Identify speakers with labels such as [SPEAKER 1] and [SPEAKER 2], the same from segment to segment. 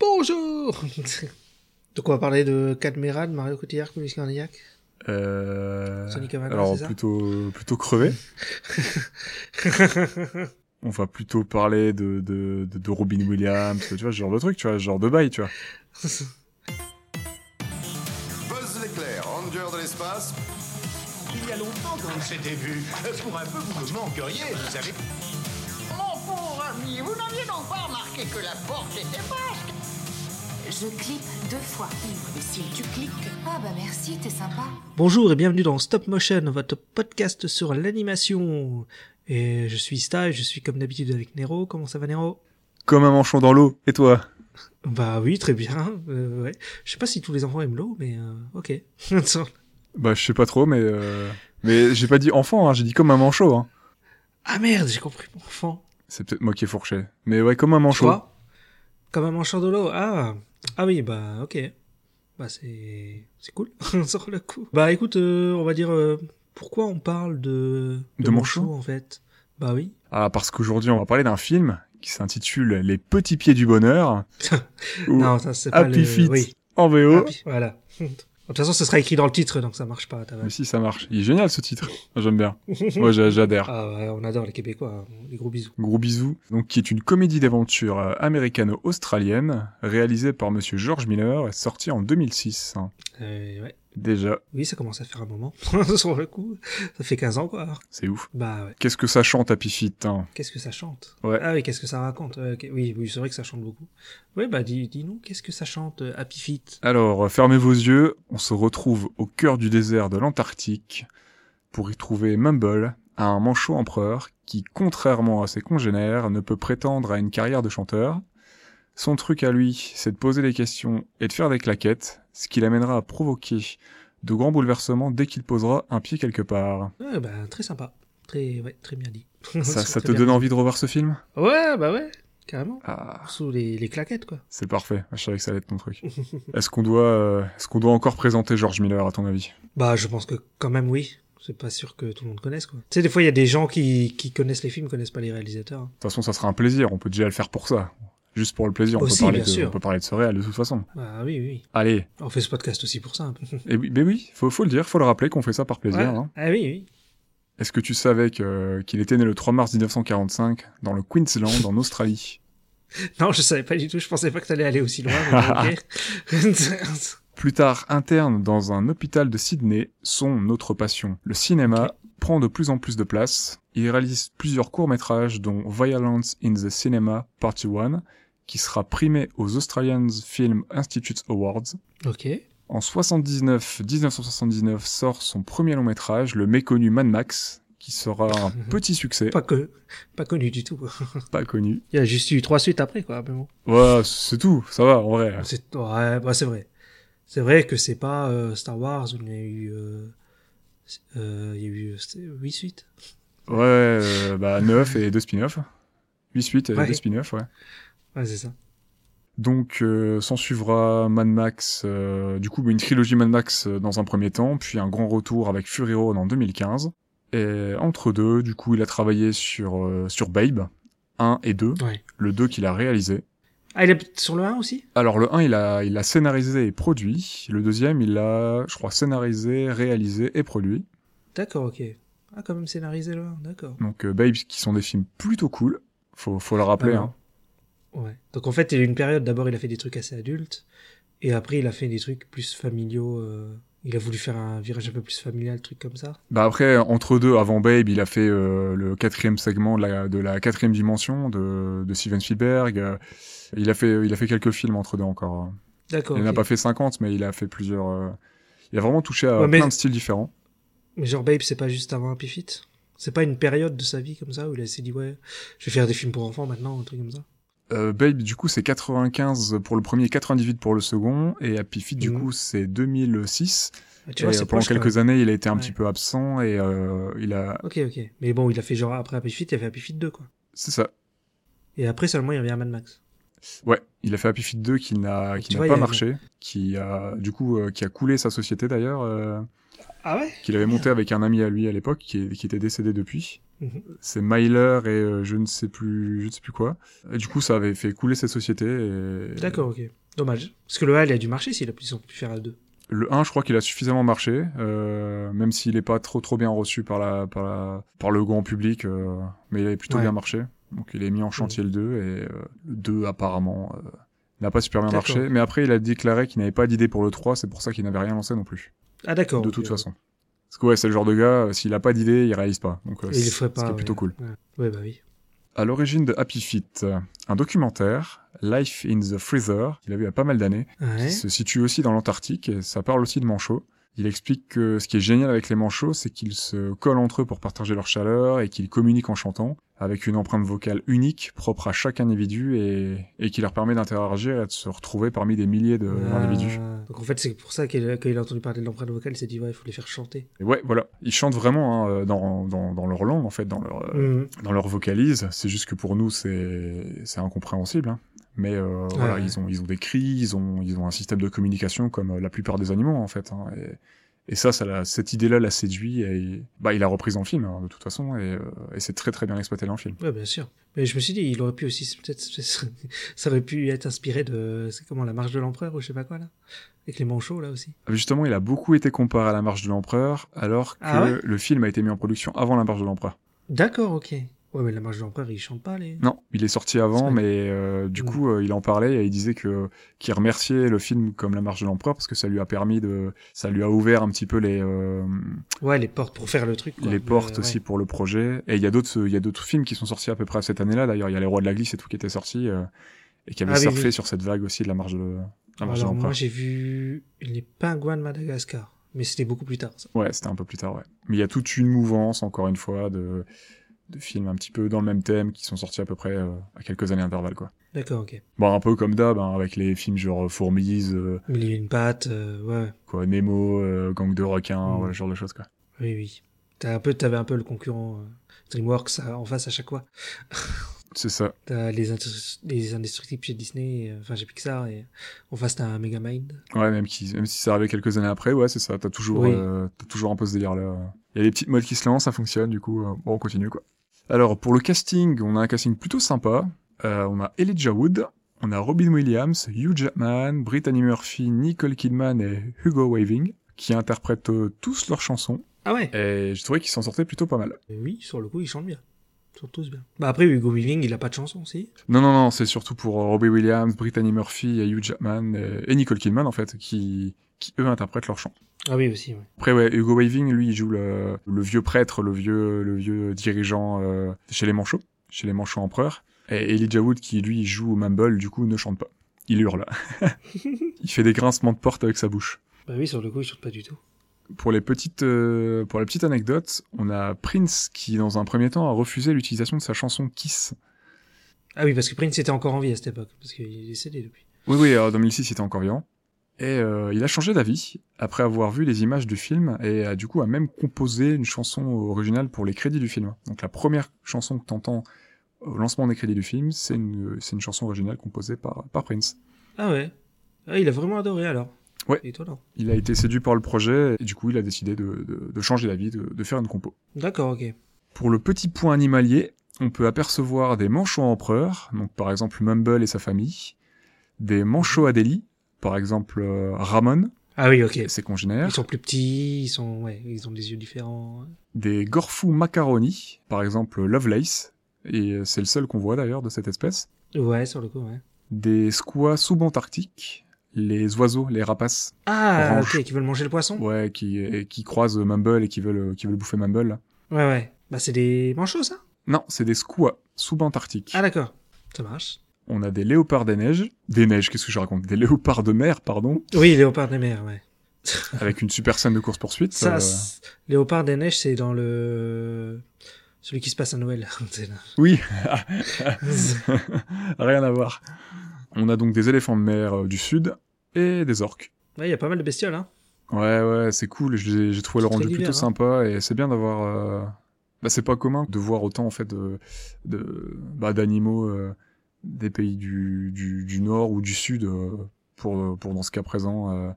[SPEAKER 1] Bonjour Donc on va parler de Cadmeran, Mario Cotillard, Comics Carniac.
[SPEAKER 2] Euh...
[SPEAKER 1] Sonic Havana,
[SPEAKER 2] Alors
[SPEAKER 1] c'est ça
[SPEAKER 2] plutôt plutôt crevé. On va plutôt parler de de, de, de Robin Williams, tu vois, ce genre de truc, tu vois, ce genre de bail, tu vois.
[SPEAKER 3] Buzz l'éclair, ranger de l'espace.
[SPEAKER 4] Il y a longtemps qu'on s'était vu. Euh, Pour un peu, vous me manqueriez, vous savez.
[SPEAKER 5] Mon pauvre ami, vous n'aviez donc pas remarqué que la porte était basque
[SPEAKER 6] Je clique deux fois. Libre imbécile, tu cliques. Ah bah merci, t'es sympa.
[SPEAKER 1] Bonjour et bienvenue dans Stop Motion, votre podcast sur l'animation. Et je suis Sta et je suis comme d'habitude avec Nero. Comment ça va Nero
[SPEAKER 2] Comme un manchon dans l'eau. Et toi
[SPEAKER 1] Bah oui, très bien. euh, ouais. Je sais pas si tous les enfants aiment l'eau, mais euh, ok.
[SPEAKER 2] Bah je sais pas trop, mais euh... mais j'ai pas dit enfant, hein, j'ai dit comme un manchot. Hein.
[SPEAKER 1] ah merde, j'ai compris mon enfant.
[SPEAKER 2] C'est peut-être moi qui ai fourché. Mais ouais, comme un
[SPEAKER 1] Tu
[SPEAKER 2] manchot.
[SPEAKER 1] vois Comme un manchon de l'eau. Ah Ah oui, bah ok. Bah c'est... c'est cool, sur le coup. Bah écoute, euh, on va dire euh, pourquoi on parle de...
[SPEAKER 2] De manchot
[SPEAKER 1] en fait. Bah oui.
[SPEAKER 2] Ah parce qu'aujourd'hui on va parler d'un film qui s'intitule Les petits pieds du bonheur. Ou
[SPEAKER 1] Non, ça c'est pas
[SPEAKER 2] Happy
[SPEAKER 1] le...
[SPEAKER 2] Feet Oh.
[SPEAKER 1] Oui.
[SPEAKER 2] en VO.
[SPEAKER 1] Happy- Voilà. De toute façon, ce sera écrit dans le titre, donc ça marche pas. ta vanne.
[SPEAKER 2] Mais si ça marche, il est génial ce titre. J'aime bien. Moi j'a- j'adère.
[SPEAKER 1] Ah ouais, on adore les Québécois, hein. les gros bisous.
[SPEAKER 2] Gros bisous, donc qui est une comédie d'aventure euh, américano-australienne réalisée par monsieur George Miller et sortie en 2006. hein.
[SPEAKER 1] Euh, ouais.
[SPEAKER 2] Déjà,
[SPEAKER 1] Oui, ça commence à faire un moment, sur le coup. Ça fait 15 ans, quoi.
[SPEAKER 2] c'est ouf.
[SPEAKER 1] Bah ouais.
[SPEAKER 2] Qu'est-ce que ça chante à Pifit hein
[SPEAKER 1] Qu'est-ce que ça chante
[SPEAKER 2] Ouais.
[SPEAKER 1] Ah oui, qu'est-ce que ça raconte Ouais, ok. Oui, oui c'est vrai que ça chante beaucoup. Oui, bah dis- dis-nous, qu'est-ce que ça chante, euh, Happy Feet
[SPEAKER 2] Alors, euh, fermez vos yeux, on se retrouve au cœur du désert de l'Antarctique pour y trouver Mumble, un manchot empereur qui, contrairement à ses congénères, ne peut prétendre à une carrière de chanteur. Son truc à lui, c'est de poser des questions et de faire des claquettes, ce qui l'amènera à provoquer de grands bouleversements dès qu'il posera un pied quelque part.
[SPEAKER 1] Ouais, bah très sympa. Très, ouais, très bien dit.
[SPEAKER 2] Ça,
[SPEAKER 1] Très
[SPEAKER 2] ça te
[SPEAKER 1] bien.
[SPEAKER 2] donne envie de revoir ce film
[SPEAKER 1] Ouais, bah ouais, carrément.
[SPEAKER 2] Ah,
[SPEAKER 1] Sous les, les claquettes, quoi.
[SPEAKER 2] c'est parfait. Je savais que ça allait être ton truc. Est-ce qu'on doit, euh, est-ce qu'on doit encore présenter George Miller à ton avis
[SPEAKER 1] Bah, je pense que quand même, oui. C'est pas sûr que tout le monde connaisse, quoi. Tu sais, des fois, il y a des gens qui, qui connaissent les films, connaissent pas les réalisateurs. hein.
[SPEAKER 2] De toute façon, ça sera un plaisir. On peut déjà le faire pour ça. Juste pour le plaisir, on,
[SPEAKER 1] Aussi,
[SPEAKER 2] peut, parler
[SPEAKER 1] bien
[SPEAKER 2] de,
[SPEAKER 1] sûr.
[SPEAKER 2] on peut parler de ce réel de toute façon.
[SPEAKER 1] Bah oui, oui, oui.
[SPEAKER 2] Allez,
[SPEAKER 1] On fait ce podcast aussi pour ça, un peu.
[SPEAKER 2] et oui, mais oui, faut, faut le dire, faut le rappeler qu'on fait ça par plaisir.
[SPEAKER 1] Ouais.
[SPEAKER 2] hein.
[SPEAKER 1] Ah oui, oui.
[SPEAKER 2] Est-ce que tu savais que, euh, qu'il était né le 3 mars 1945 dans le Queensland, en Australie
[SPEAKER 1] Non, je savais pas du tout. Je pensais pas que t'allais aller aussi loin. mais ok.
[SPEAKER 2] Plus tard interne dans un hôpital de Sydney, son autre passion, le cinéma, prend de plus en plus de place. Il réalise plusieurs courts-métrages dont Violence in the Cinema Party 1, qui sera primé aux Australian Film Institute Awards.
[SPEAKER 1] ok.
[SPEAKER 2] En 79, 1979 sort son premier long-métrage, le méconnu Mad Max, qui sera un petit succès,
[SPEAKER 1] Pas que, pas connu du tout.
[SPEAKER 2] pas connu.
[SPEAKER 1] Il y a juste eu trois suites après, quoi. Mais bon.
[SPEAKER 2] Ouais, c'est tout, ça va, en vrai.
[SPEAKER 1] C'est ouais, bah, c'est vrai. C'est vrai que c'est pas euh, Star Wars où il y a eu. euh, c'est- euh, il y a eu 8 suites.
[SPEAKER 2] Ouais, euh, bah 9 et 2 spin-offs. 8 suites et
[SPEAKER 1] Ouais.
[SPEAKER 2] 2 spin-offs, ouais.
[SPEAKER 1] Ouais, c'est ça.
[SPEAKER 2] Donc euh, s'en suivra Mad Max, euh, du coup bah, une trilogie Mad Max euh, dans un premier temps, puis un grand retour avec Fury Road en 2015. Et entre deux, du coup il a travaillé sur, euh, sur Babe, 1 et 2,
[SPEAKER 1] Ouais.
[SPEAKER 2] le 2 qu'il a réalisé.
[SPEAKER 1] Ah, il est sur le 1 aussi
[SPEAKER 2] Alors le 1 il a, il a scénarisé et produit, le deuxième il a je crois scénarisé, réalisé et produit.
[SPEAKER 1] D'accord, ok. Ah, quand même scénarisé le 1, d'accord.
[SPEAKER 2] Donc euh, Babe qui sont des films plutôt cool, faut, faut le rappeler.
[SPEAKER 1] Ah, Ouais.
[SPEAKER 2] hein.
[SPEAKER 1] Ouais. Donc en fait, il y a eu une période, d'abord, il a fait des trucs assez adultes, et après, il a fait des trucs plus familiaux. euh, Il a voulu faire un virage un peu plus familial, truc comme ça.
[SPEAKER 2] Bah après, entre deux, avant Babe, il a fait euh, le quatrième segment de la, de la quatrième dimension de, de Steven Spielberg. euh, il, a fait, il a fait quelques films entre deux encore. hein.
[SPEAKER 1] D'accord.
[SPEAKER 2] Il n'en a
[SPEAKER 1] ok.
[SPEAKER 2] pas fait 50, mais il a fait plusieurs... euh, il a vraiment touché à
[SPEAKER 1] Ouais, mais-
[SPEAKER 2] plein de styles différents.
[SPEAKER 1] Mais genre Babe, c'est pas juste avant Happy Feet C'est pas une période de sa vie comme ça où il s'est dit ouais, je vais faire des films pour enfants maintenant, un truc comme ça
[SPEAKER 2] Euh, Babe, du coup, c'est 95 pour le premier, 98 pour le second. Et Happy Feet, du
[SPEAKER 1] Mhm.
[SPEAKER 2] coup, c'est 2006.
[SPEAKER 1] Ah,
[SPEAKER 2] et
[SPEAKER 1] c'est
[SPEAKER 2] euh, pendant
[SPEAKER 1] proche, quand
[SPEAKER 2] quelques années, il a été un
[SPEAKER 1] Ouais.
[SPEAKER 2] petit peu absent. Et euh, il a...
[SPEAKER 1] même. Ok, ok. Mais bon, il a fait genre après Happy Feet, il a fait Happy Feet 2 quoi.
[SPEAKER 2] C'est ça.
[SPEAKER 1] Et après seulement il revient à Mad Max.
[SPEAKER 2] Ouais, il a fait Happy Feet 2 qui n'a
[SPEAKER 1] Donc,
[SPEAKER 2] qui
[SPEAKER 1] tu
[SPEAKER 2] n'a
[SPEAKER 1] vois,
[SPEAKER 2] pas
[SPEAKER 1] il a-
[SPEAKER 2] marché, qui a du coup euh, qui a coulé sa société d'ailleurs, euh,
[SPEAKER 1] Ah ouais
[SPEAKER 2] qu'il avait monté avec un ami à lui à l'époque qui, est- qui était décédé depuis.
[SPEAKER 1] Mhm.
[SPEAKER 2] C'est Myler et euh, je ne sais plus je ne sais plus quoi. Et du coup, ça avait fait couler sa société. Et,
[SPEAKER 1] D'accord, ok. Dommage. Parce que le A, il a dû marcher s'il a pu, ils ont pu faire à deux.
[SPEAKER 2] Le 1, je crois qu'il a suffisamment marché, euh, même s'il n'est pas trop trop bien reçu par, la, par, la, par le grand public, euh, mais il a plutôt
[SPEAKER 1] Ouais.
[SPEAKER 2] bien marché. Donc il est mis en chantier le 2, et euh, le 2 apparemment euh, n'a pas super bien
[SPEAKER 1] D'accord.
[SPEAKER 2] marché. Mais après, il a déclaré qu'il n'avait pas d'idée pour le 3, c'est pour ça qu'il n'avait rien lancé non plus,
[SPEAKER 1] Ah d'accord.
[SPEAKER 2] de
[SPEAKER 1] ok,
[SPEAKER 2] toute
[SPEAKER 1] ouais.
[SPEAKER 2] façon. Parce que ouais, c'est le genre de gars, euh, s'il n'a pas d'idée, il réalise pas. Donc euh,
[SPEAKER 1] Et il
[SPEAKER 2] c'est
[SPEAKER 1] le ferait
[SPEAKER 2] ce qui
[SPEAKER 1] pas.
[SPEAKER 2] est
[SPEAKER 1] ouais.
[SPEAKER 2] plutôt cool.
[SPEAKER 1] Ouais. Ouais, bah oui.
[SPEAKER 2] À l'origine de Happy Feet, euh, un documentaire, Life in the Freezer, qu'il a vu il y a pas mal d'années,
[SPEAKER 1] Ouais.
[SPEAKER 2] qui se situe aussi dans l'Antarctique et ça parle aussi de manchots. Il explique que ce qui est génial avec les manchots, c'est qu'ils se collent entre eux pour partager leur chaleur et qu'ils communiquent en chantant, avec une empreinte vocale unique, propre à chaque individu et, et qui leur permet d'interagir et de se retrouver parmi des milliers de- d'individus.
[SPEAKER 1] Ah. Donc en fait, c'est pour ça qu'il a, quand il a entendu parler de l'empreinte vocale, il s'est dit ouais, il faut les faire chanter.
[SPEAKER 2] Et ouais, voilà. Ils chantent vraiment hein, dans, dans, dans leur langue, en fait, dans leur, euh,
[SPEAKER 1] Mhm.
[SPEAKER 2] dans leur vocalise. C'est juste que pour nous, c'est c'est incompréhensible. hein. Mais euh, voilà,
[SPEAKER 1] ouais.
[SPEAKER 2] ils ont ils ont des cris, ils ont ils ont un système de communication comme euh, la plupart des animaux en fait. hein. et, et ça, ça l'a- cette idée-là l'a séduit et bah il l'a reprise dans le film hein, de toute façon et, euh, et c'est très très bien exploité dans le film.
[SPEAKER 1] Ouais, bien sûr. Mais je me suis dit, il aurait pu aussi c'est peut-être ça aurait pu être inspiré de c'est comment la marche de l'empereur ou je sais pas quoi là, avec les manchots là aussi.
[SPEAKER 2] Justement, il a beaucoup été comparé à La Marche de l'Empereur alors que
[SPEAKER 1] Ah ouais
[SPEAKER 2] le film a été mis en production avant La Marche de l'Empereur.
[SPEAKER 1] D'accord, ok. Ouais, mais la marche de l'empereur, il chante pas les.
[SPEAKER 2] Non, il est sorti avant,
[SPEAKER 1] C'est vrai.
[SPEAKER 2] mais euh, du
[SPEAKER 1] Mm.
[SPEAKER 2] coup, euh, il en parlait et il disait que qu'il remerciait le film comme La Marche de l'Empereur parce que ça lui a permis de, ça lui a ouvert un petit peu les euh,
[SPEAKER 1] Ouais, les portes pour faire le truc. quoi.
[SPEAKER 2] les
[SPEAKER 1] Mais,
[SPEAKER 2] portes
[SPEAKER 1] ouais.
[SPEAKER 2] aussi pour le projet. Et il y a d'autres, il y a d'autres films qui sont sortis à peu près à cette année-là. D'ailleurs, il y a Les Rois de la Glisse et tout qui était sorti euh, et qui avait
[SPEAKER 1] Ah oui,
[SPEAKER 2] surfé
[SPEAKER 1] oui.
[SPEAKER 2] sur cette vague aussi de La Marche de, la marche de
[SPEAKER 1] Alors moi
[SPEAKER 2] l'Empereur.
[SPEAKER 1] j'ai vu les pingouins de Madagascar, mais c'était beaucoup plus tard. ça.
[SPEAKER 2] Ouais, c'était un peu plus tard, ouais. Mais il y a toute une mouvance, encore une fois, de de films un petit peu dans le même thème qui sont sortis à peu près euh, à quelques années d'intervalle, quoi.
[SPEAKER 1] D'accord, ok.
[SPEAKER 2] Bon, un peu comme d'hab, hein, avec les films genre Fourmise. euh,
[SPEAKER 1] Mais il y a une patte, euh, ouais,
[SPEAKER 2] quoi Nemo euh, gang de requins
[SPEAKER 1] Mm.
[SPEAKER 2] voilà, ce genre de choses quoi
[SPEAKER 1] oui, oui. T'as un peu, t'avais un peu le concurrent euh, DreamWorks à- en face à chaque fois.
[SPEAKER 2] c'est ça
[SPEAKER 1] T'as les, indes- les indestructibles chez Disney, euh, enfin chez Pixar, et en face t'as un Megamind.
[SPEAKER 2] ouais même, qui, même si ça arrivait quelques années après ouais c'est ça t'as toujours
[SPEAKER 1] Oui.
[SPEAKER 2] euh, t'as toujours un peu ce délire là il y a des petites modes qui se lancent ça fonctionne du coup euh, bon on continue quoi alors pour le casting on a un casting plutôt sympa Euh, on a Elijah Wood on a Robin Williams Hugh Jackman Brittany Murphy Nicole Kidman et Hugo Weaving qui interprètent euh, tous leurs chansons
[SPEAKER 1] Ah ouais.
[SPEAKER 2] et je trouvais qu'ils s'en sortaient plutôt pas mal
[SPEAKER 1] Euh, Oui, sur le coup ils chantent bien, ils chantent tous bien. Bah après Hugo Weaving, il a pas de chanson aussi.
[SPEAKER 2] Non, non, non, c'est surtout pour euh, Robbie Williams, Brittany Murphy, et Hugh Jackman euh, et Nicole Kidman, en fait, qui, qui eux interprètent leur chant.
[SPEAKER 1] Ah oui aussi. Ouais.
[SPEAKER 2] Après, ouais, Hugo Weaving, lui, il joue le, le vieux prêtre, le vieux, le vieux dirigeant euh, chez les Manchots, chez les Manchots empereurs. Et Elijah Wood, qui lui joue Mumble, du coup, ne chante pas. Il hurle. il fait des grincements de porte avec sa bouche.
[SPEAKER 1] Bah oui, sur le coup ils chantent pas du tout.
[SPEAKER 2] Pour les petites, euh, pour la petite anecdote, on a Prince qui, dans un premier temps, a refusé l'utilisation de sa chanson Kiss
[SPEAKER 1] Ah oui, parce que Prince était encore en vie à cette époque, parce qu'il est décédé depuis.
[SPEAKER 2] Oui, oui, en 2006, il était encore vivant. Et euh, il a changé d'avis après avoir vu les images du film et a du coup a même composé une chanson originale pour les crédits du film. Donc la première chanson que t'entends au lancement des crédits du film, c'est une, c'est une chanson originale composée par, par Prince.
[SPEAKER 1] Ah ouais. Ah, il a vraiment adoré alors.
[SPEAKER 2] Ouais.
[SPEAKER 1] Étonnant.
[SPEAKER 2] Il a été séduit par le projet et du coup il a décidé de, de, de changer d'avis, de, de faire une compo.
[SPEAKER 1] D'accord, ok.
[SPEAKER 2] Pour le petit point animalier, on peut apercevoir des manchots empereurs, donc par exemple Mumble et sa famille, des manchots Adélie, par exemple euh, Ramon
[SPEAKER 1] Ah oui, ok.
[SPEAKER 2] et ses congénères,
[SPEAKER 1] Ils sont plus petits, ils sont, ouais, ils ont des yeux différents.
[SPEAKER 2] des Gorfou macaroni, par exemple Lovelace, et euh, c'est le seul qu'on voit d'ailleurs de cette espèce,
[SPEAKER 1] Ouais, sur le coup, ouais.
[SPEAKER 2] des squats subantarctiques, les oiseaux, les rapaces,
[SPEAKER 1] Ah,
[SPEAKER 2] Orange.
[SPEAKER 1] ok, qui veulent manger le poisson. Ouais,
[SPEAKER 2] ouais, qui, et qui croisent Mumble et qui veulent, euh, qui veulent bouffer Mumble. là.
[SPEAKER 1] ouais. Bah, c'est des manchots, ça
[SPEAKER 2] Non, c'est des squats subantarctiques.
[SPEAKER 1] Ah, d'accord. Ça marche.
[SPEAKER 2] On a des léopards des neiges, des neiges, qu'est-ce que je raconte Des léopards de mer, pardon,
[SPEAKER 1] Oui, léopard des mers, ouais.
[SPEAKER 2] avec une super scène de course-poursuite.
[SPEAKER 1] Ça,
[SPEAKER 2] euh,
[SPEAKER 1] c'est- léopard des neiges, c'est dans le. Celui qui se passe à Noël. C'est là.
[SPEAKER 2] Oui, rien à voir. On a donc des éléphants de mer euh, du sud et des orques.
[SPEAKER 1] ouais, il y a pas mal de bestioles, hein.
[SPEAKER 2] Ouais, ouais, c'est cool. je les ai- J'ai trouvé le
[SPEAKER 1] C'est
[SPEAKER 2] rendu
[SPEAKER 1] très divers,
[SPEAKER 2] plutôt
[SPEAKER 1] hein.
[SPEAKER 2] sympa et c'est bien d'avoir. euh, Bah, c'est pas commun de voir autant en fait de, de bah, d'animaux euh, des pays du, du, du nord ou du sud euh, pour pour dans ce cas présent. euh,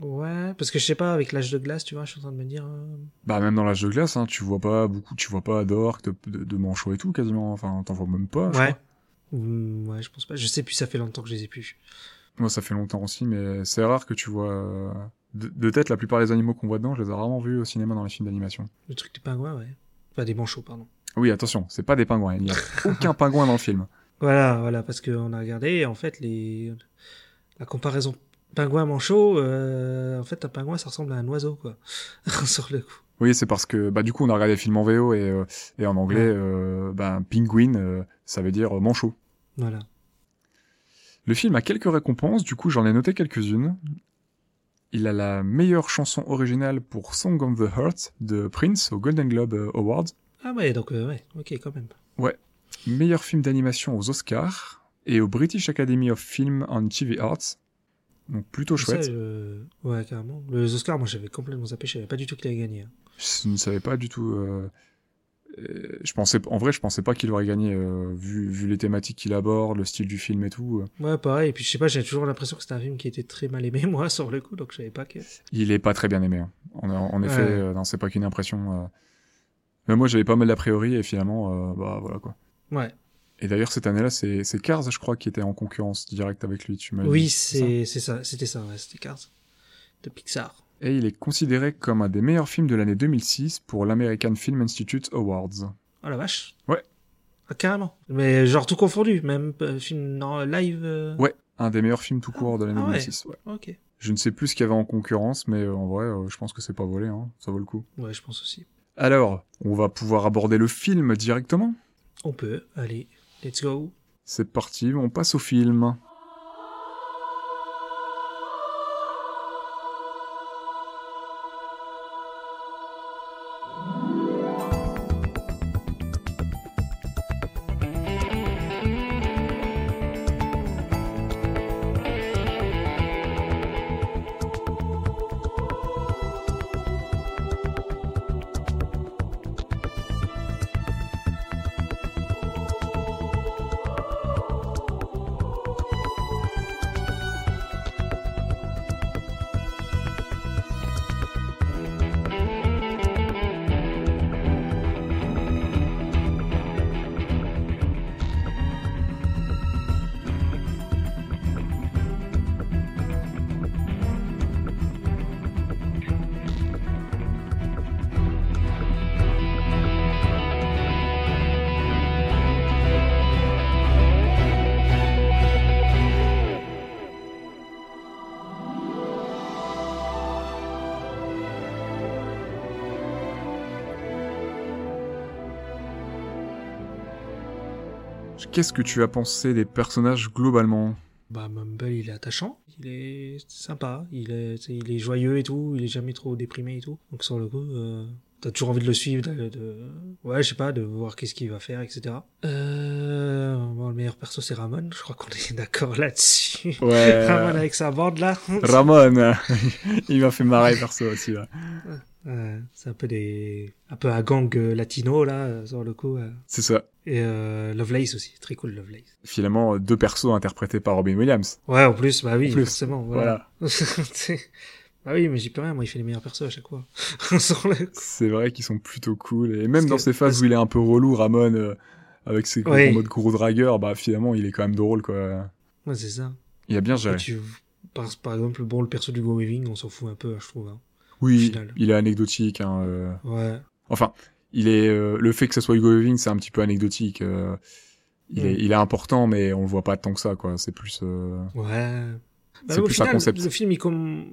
[SPEAKER 1] Ouais, parce que je sais pas, avec l'âge de glace, tu vois, je suis en train de me dire. euh,
[SPEAKER 2] Bah même dans l'âge de glace, hein, tu vois pas beaucoup, tu vois pas d'orques, de, de, de manchots et tout quasiment. Enfin, t'en vois même pas. je
[SPEAKER 1] mm, Ouais.
[SPEAKER 2] crois.
[SPEAKER 1] Hmm, ouais, je pense pas. Je sais plus, ça fait longtemps que je les ai plus.
[SPEAKER 2] Moi, ça fait longtemps aussi, mais c'est rare que tu vois. euh, De, de tête, la plupart des animaux qu'on voit dedans, je les ai rarement vus au cinéma dans les films d'animation.
[SPEAKER 1] Le truc des pingouins, ouais. Enfin, des manchots, pardon.
[SPEAKER 2] Oui, attention, c'est pas des pingouins. Il n'y a aucun pingouin dans le film.
[SPEAKER 1] Voilà, voilà, parce qu'on a regardé, et en fait, les... la comparaison pingouin-manchot, euh, en fait, un pingouin, ça ressemble à un oiseau, quoi. Sur le coup.
[SPEAKER 2] Oui, c'est parce que bah du coup on a regardé le film en VO et, euh, et en anglais, euh, ben, penguin, euh, ça veut dire euh, manchot.
[SPEAKER 1] Voilà.
[SPEAKER 2] Le film a quelques récompenses, du coup j'en ai noté quelques-unes. Il a la meilleure chanson originale pour Song on the Heart de Prince au Golden Globe euh, Awards.
[SPEAKER 1] Ah ouais, donc, euh, ouais, ok, quand même.
[SPEAKER 2] Meilleur film d'animation aux Oscars et au British Academy of Film and TV Arts. Donc plutôt chouette.
[SPEAKER 1] Ça, euh, Ouais, carrément. Le Oscar, moi, j'avais complètement zappé, je savais pas du tout qu'il allait gagner. hein.
[SPEAKER 2] Je ne savais pas du tout. euh, euh, je pensais, en vrai, je pensais pas qu'il aurait gagné euh, vu, vu les thématiques qu'il aborde, le style du film et tout. euh.
[SPEAKER 1] Ouais, pareil, et puis je sais pas, j'ai toujours l'impression que c'était un film qui était très mal aimé, moi, sur le coup, donc je savais pas que...
[SPEAKER 2] Il est pas très bien aimé. hein. En, en
[SPEAKER 1] Ouais.
[SPEAKER 2] effet, euh, non, c'est pas qu'une impression. euh. Mais moi, j'avais pas mal d'a priori et finalement, euh, bah voilà quoi.
[SPEAKER 1] Ouais.
[SPEAKER 2] Et d'ailleurs, cette année-là, c'est c'est Cars, je crois, qui était en concurrence directe avec lui. Tu m'as
[SPEAKER 1] Oui,
[SPEAKER 2] dit, ça
[SPEAKER 1] c'est c'est ça, c'était ça, ouais, c'était Cars. De Pixar.
[SPEAKER 2] Et il est considéré comme un des meilleurs films de l'année 2006 pour l'American Film Institute Awards.
[SPEAKER 1] Oh la vache.
[SPEAKER 2] Ouais.
[SPEAKER 1] Ah, carrément. Mais genre tout confondu, même euh, film non, live. euh,
[SPEAKER 2] Ouais, un des meilleurs films tout court de l'année
[SPEAKER 1] Ah ouais.
[SPEAKER 2] 2006. ouais.
[SPEAKER 1] Ok.
[SPEAKER 2] Je ne sais plus ce qu'il y avait en concurrence, mais euh, en vrai, euh, je pense que c'est pas volé, hein. ça vaut le coup.
[SPEAKER 1] Ouais, je pense aussi.
[SPEAKER 2] Alors, on va pouvoir aborder le film directement.
[SPEAKER 1] On peut. Allez, let's go.
[SPEAKER 2] C'est parti, on passe au film. Qu'est-ce que tu as pensé des personnages globalement
[SPEAKER 1] Bah Mumble, il est attachant, il est sympa, il est, c'est- il est joyeux et tout, il est jamais trop déprimé et tout. Donc sur le coup, euh, t'as toujours envie de le suivre, de, de- ouais, je sais pas, de voir qu'est-ce qu'il va faire, etc. Euh, bon, le meilleur perso c'est Ramon, je crois qu'on est d'accord là-dessus.
[SPEAKER 2] Ouais.
[SPEAKER 1] Ramon avec sa bande là.
[SPEAKER 2] Ramon, il m'a fait marrer perso aussi là.
[SPEAKER 1] Ouais, c'est un peu des, un peu un gang euh, latino là, euh, sur le coup. euh.
[SPEAKER 2] C'est ça.
[SPEAKER 1] Et euh, Lovelace aussi, très cool Lovelace.
[SPEAKER 2] Finalement, euh, deux persos interprétés par Robin Williams.
[SPEAKER 1] Ouais, en plus, bah oui,
[SPEAKER 2] En plus,
[SPEAKER 1] forcément, voilà.
[SPEAKER 2] Voilà.
[SPEAKER 1] C'est- bah oui, mais j'y peux rien, moi il fait les meilleurs persos à chaque fois. Sur le-
[SPEAKER 2] C'est vrai qu'ils sont plutôt cool. Et même
[SPEAKER 1] Parce
[SPEAKER 2] dans
[SPEAKER 1] que-
[SPEAKER 2] ces phases où il est un peu relou, Ramon, euh, avec ses gros
[SPEAKER 1] Ouais.
[SPEAKER 2] modes gros dragueur, bah finalement, il est quand même drôle quoi.
[SPEAKER 1] Ouais, c'est ça.
[SPEAKER 2] Il a bien
[SPEAKER 1] Et
[SPEAKER 2] géré.
[SPEAKER 1] Tu... Par, par exemple, bon, le perso du Go Weaving, on s'en fout un peu, hein, je trouve. hein.
[SPEAKER 2] Oui,
[SPEAKER 1] final.
[SPEAKER 2] il est anecdotique. Hein, euh,
[SPEAKER 1] Ouais.
[SPEAKER 2] Enfin, il est euh, le fait que ça soit Hugo Weaving, c'est un petit peu anecdotique. euh, il, est,
[SPEAKER 1] Mm.
[SPEAKER 2] il est important, mais on le voit pas tant que ça, quoi. C'est plus. euh,
[SPEAKER 1] Ouais. Bah,
[SPEAKER 2] C'est
[SPEAKER 1] au
[SPEAKER 2] plus un
[SPEAKER 1] final,
[SPEAKER 2] concept.
[SPEAKER 1] Le film, il com-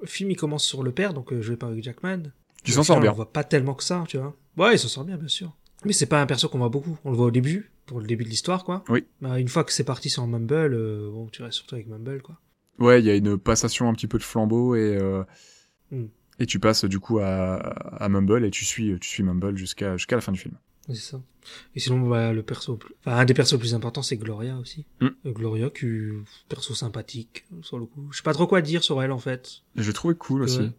[SPEAKER 1] le film, il commence sur le père, donc euh, joué par Hugh Jackman.
[SPEAKER 2] Tu
[SPEAKER 1] Au
[SPEAKER 2] s'en
[SPEAKER 1] final,
[SPEAKER 2] sors bien.
[SPEAKER 1] On le voit pas tellement que ça, tu vois. Ouais, il s'en sort bien, bien sûr. Mais c'est pas un perso qu'on voit beaucoup. On le voit au début, pour le début de l'histoire, quoi.
[SPEAKER 2] Oui.
[SPEAKER 1] Bah, une fois que c'est parti sur Mumble, euh, bon, tu restes surtout avec Mumble, quoi.
[SPEAKER 2] Ouais, il y a une passation un petit peu de flambeau et euh,
[SPEAKER 1] Mm.
[SPEAKER 2] et tu passes du coup à, à Mumble et tu suis tu suis Mumble jusqu'à jusqu'à la fin du film.
[SPEAKER 1] C'est ça. Et sinon, bah, le perso, plus- enfin, un des persos plus importants, c'est Gloria aussi.
[SPEAKER 2] Mm.
[SPEAKER 1] Euh, Gloria, qui, perso sympathique, sur le coup. Je sais pas trop quoi dire sur elle, en fait.
[SPEAKER 2] Et Je le trouvais cool aussi.
[SPEAKER 1] Ouais.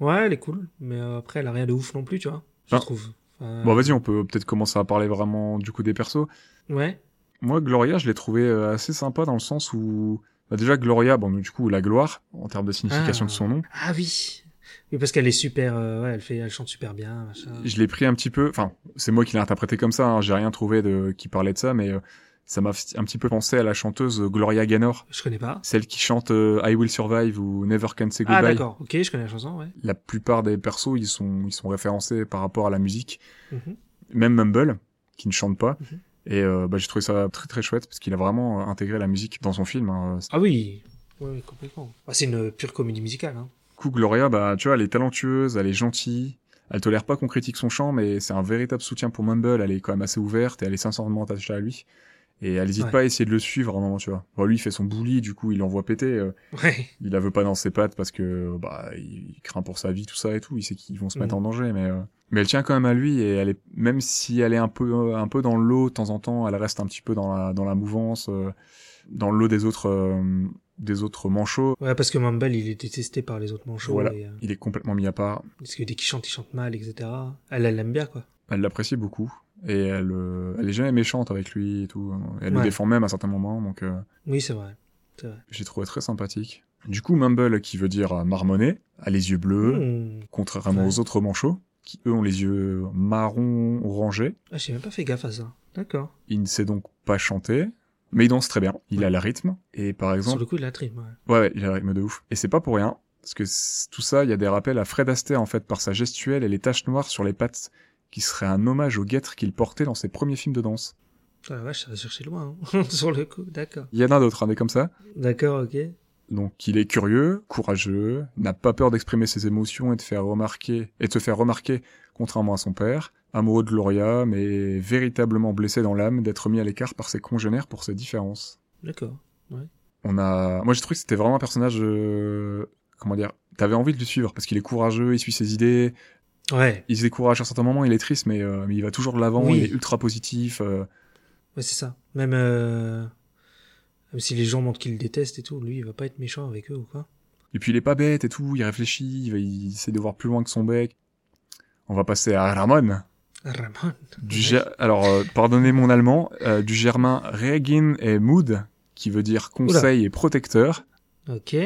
[SPEAKER 1] Ouais, elle est cool, mais euh, après, elle a rien de ouf non plus, tu vois. Je
[SPEAKER 2] Ah.
[SPEAKER 1] trouve. Enfin,
[SPEAKER 2] Bon, vas-y, on peut peut-être commencer à parler vraiment du coup des persos.
[SPEAKER 1] Ouais.
[SPEAKER 2] Moi, Gloria, je l'ai trouvé euh, assez sympa dans le sens où bah, déjà Gloria, bon du coup la gloire en termes de signification
[SPEAKER 1] Ah.
[SPEAKER 2] de son nom.
[SPEAKER 1] Ah oui. Oui, parce qu'elle est super, euh, ouais, elle fait, elle chante super bien, machin.
[SPEAKER 2] je l'ai pris un petit peu. Enfin, c'est moi qui l'ai interprété comme ça. hein, J'ai rien trouvé de qui parlait de ça, mais euh, Ça m'a f- un petit peu pensé à la chanteuse Gloria Gaynor,
[SPEAKER 1] Je connais pas.
[SPEAKER 2] celle qui chante euh, I Will Survive ou Never Can Say
[SPEAKER 1] Ah,
[SPEAKER 2] Goodbye.
[SPEAKER 1] d'accord. Ok, je connais la chanson, ouais.
[SPEAKER 2] la plupart des persos, ils sont, ils sont référencés par rapport à la musique.
[SPEAKER 1] Mhm.
[SPEAKER 2] Même Mumble, qui ne chante pas.
[SPEAKER 1] Mhm.
[SPEAKER 2] Et euh, bah, j'ai trouvé ça très très chouette parce qu'il a vraiment euh, intégré la musique dans son film. hein.
[SPEAKER 1] Ah oui. Ouais, ouais, complètement. Bah, c'est une pure comédie musicale. Hein.
[SPEAKER 2] Du coup, Gloria, bah, tu vois, elle est talentueuse, elle est gentille. Elle tolère pas qu'on critique son chant, mais c'est un véritable soutien pour Mumble. Elle est quand même assez ouverte et elle est sincèrement attachée à lui. Et elle hésite
[SPEAKER 1] Ouais.
[SPEAKER 2] pas à essayer de le suivre à un moment, tu vois. Bon, lui, il fait son bully, du coup, il l'envoie péter. euh,
[SPEAKER 1] Ouais.
[SPEAKER 2] il la veut pas dans ses pattes parce que bah il craint pour sa vie tout ça et tout il sait qu'ils vont se mettre
[SPEAKER 1] Mhm.
[SPEAKER 2] en danger mais euh, mais elle tient quand même à lui et elle est même si elle est un peu euh, un peu dans l'eau de temps en temps elle reste un petit peu dans la dans la mouvance euh, dans l'eau des autres euh, des autres manchots
[SPEAKER 1] Ouais, parce que Mumble, il est détesté par les autres manchots.
[SPEAKER 2] Voilà.
[SPEAKER 1] et, euh,
[SPEAKER 2] il est complètement mis à part
[SPEAKER 1] parce que dès qu'il chante, il chante mal, etc. Elle, elle l'aime bien, quoi.
[SPEAKER 2] elle l'apprécie beaucoup et elle euh, elle est jamais méchante avec lui et tout hein. Et elle
[SPEAKER 1] Ouais.
[SPEAKER 2] le défend même à certains moments donc euh,
[SPEAKER 1] Oui, c'est vrai. C'est vrai.
[SPEAKER 2] j'ai trouvé très sympathique du coup Mumble qui veut dire euh, marmonner a les yeux bleus
[SPEAKER 1] Hmm.
[SPEAKER 2] contrairement
[SPEAKER 1] Ouais.
[SPEAKER 2] aux autres manchots, qui eux ont les yeux marron orangé.
[SPEAKER 1] Ah, j'ai même pas fait gaffe à ça. D'accord.
[SPEAKER 2] Il ne sait donc pas chanter, mais il danse très bien. Il a le rythme. Et par
[SPEAKER 1] Sur
[SPEAKER 2] exemple,
[SPEAKER 1] le coup, il la trime, ouais.
[SPEAKER 2] ouais, ouais, il a le rythme de ouf. Et c'est pas pour rien, parce que c- tout ça, il y a des rappels à Fred Astaire en fait par sa gestuelle et les taches noires sur les pattes, qui serait un hommage au guêtre qu'il portait dans ses premiers films de danse.
[SPEAKER 1] Ah, la vache, ça va chercher loin. hein. Sur le coup, d'accord.
[SPEAKER 2] Il y en a d'autres, hein, des comme ça.
[SPEAKER 1] D'accord, ok.
[SPEAKER 2] Donc il est curieux, courageux, n'a pas peur d'exprimer ses émotions et de faire remarquer et de se faire remarquer contrairement à son père, amoureux de Gloria mais véritablement blessé dans l'âme d'être mis à l'écart par ses congénères pour ses différences.
[SPEAKER 1] D'accord.
[SPEAKER 2] On a moi j'ai trouvé que c'était vraiment un personnage euh, comment dire, t'avais envie de le suivre parce qu'il est courageux, il suit ses idées,
[SPEAKER 1] Ouais,
[SPEAKER 2] il se décourage à certains moments, il est triste mais, euh, mais il va toujours de l'avant,
[SPEAKER 1] Oui.
[SPEAKER 2] il est ultra positif. euh,
[SPEAKER 1] ouais c'est ça. Même, euh, même si les gens montrent qu'il le déteste et tout, lui, il va pas être méchant avec eux ou quoi.
[SPEAKER 2] Et puis il est pas bête et tout, il réfléchit, il, va, il essaie de voir plus loin que son bec. On va passer à Ramon.
[SPEAKER 1] Ah, Ramon.
[SPEAKER 2] Du Ger- Alors, euh, pardonnez mon allemand, euh, du germain Regin et Mood, qui veut dire conseil et protecteur.
[SPEAKER 1] Ok.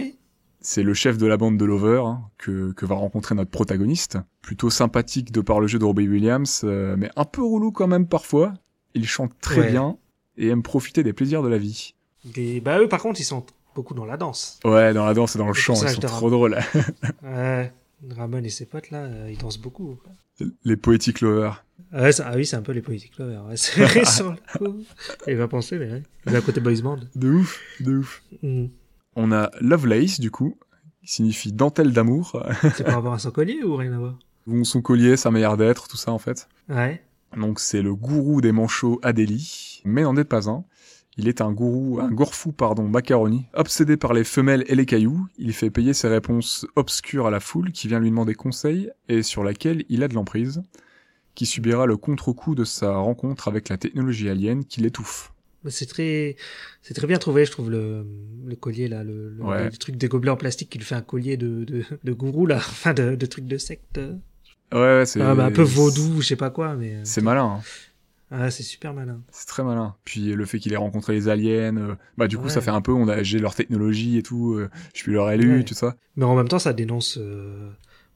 [SPEAKER 2] C'est le chef de la bande de Lover hein, que, que va rencontrer notre protagoniste. Plutôt sympathique de par le jeu de Robbie Williams, euh, mais un peu relou quand même parfois. Il chante très
[SPEAKER 1] Ouais.
[SPEAKER 2] bien et aime profiter des plaisirs de la vie.
[SPEAKER 1] Des... Bah, eux, par contre, ils sont beaucoup dans la danse.
[SPEAKER 2] Ouais, dans la danse et dans le
[SPEAKER 1] C'est
[SPEAKER 2] chant,
[SPEAKER 1] pour ça
[SPEAKER 2] ils
[SPEAKER 1] que
[SPEAKER 2] sont
[SPEAKER 1] je te
[SPEAKER 2] trop drôles.
[SPEAKER 1] Ouais. Ramon Euh, et ses potes, là, euh, ils dansent beaucoup.
[SPEAKER 2] Les poétiques Lover.
[SPEAKER 1] Ah, ouais, ça- ah oui, c'est un peu les Poetic Lovers. Ouais, c'est vrai, sur le coup. Il va penser, mais ouais. Il a un côté boys band.
[SPEAKER 2] De ouf, de ouf.
[SPEAKER 1] Hmm.
[SPEAKER 2] On a Lovelace, du coup, qui signifie dentelle d'amour.
[SPEAKER 1] C'est pour avoir un sans collier ou rien à voir
[SPEAKER 2] Son collier, sa manière d'être, tout ça en fait.
[SPEAKER 1] Ouais.
[SPEAKER 2] Donc c'est le gourou des manchots Adélie, mais n'en est pas un. Il est un gourou, un gorfou, pardon, macaroni. Obsédé par les femelles et les cailloux, il fait payer ses réponses obscures à la foule qui vient lui demander conseil et sur laquelle il a de l'emprise, qui subira le contre-coup de sa rencontre avec la technologie alien qui l'étouffe.
[SPEAKER 1] Mais C'est très, c'est très bien trouvé, je trouve, le, le collier, là, le, le,
[SPEAKER 2] Ouais.
[SPEAKER 1] le truc des gobelets en plastique qui lui fait un collier de, de, de gourou, là, enfin, de, de truc de secte.
[SPEAKER 2] Ouais, ouais, c'est...
[SPEAKER 1] Ah, bah, un peu vaudou, je sais pas quoi, mais. euh,
[SPEAKER 2] C'est malin, hein.
[SPEAKER 1] Ah, c'est super malin.
[SPEAKER 2] c'est très malin. Puis le fait qu'il ait rencontré les aliens, euh, bah du coup
[SPEAKER 1] Ouais.
[SPEAKER 2] ça fait un peu, on a, j'ai leur technologie et tout, euh, je suis leur élu,
[SPEAKER 1] Ouais.
[SPEAKER 2] tout ça.
[SPEAKER 1] Mais en même temps, ça dénonce euh,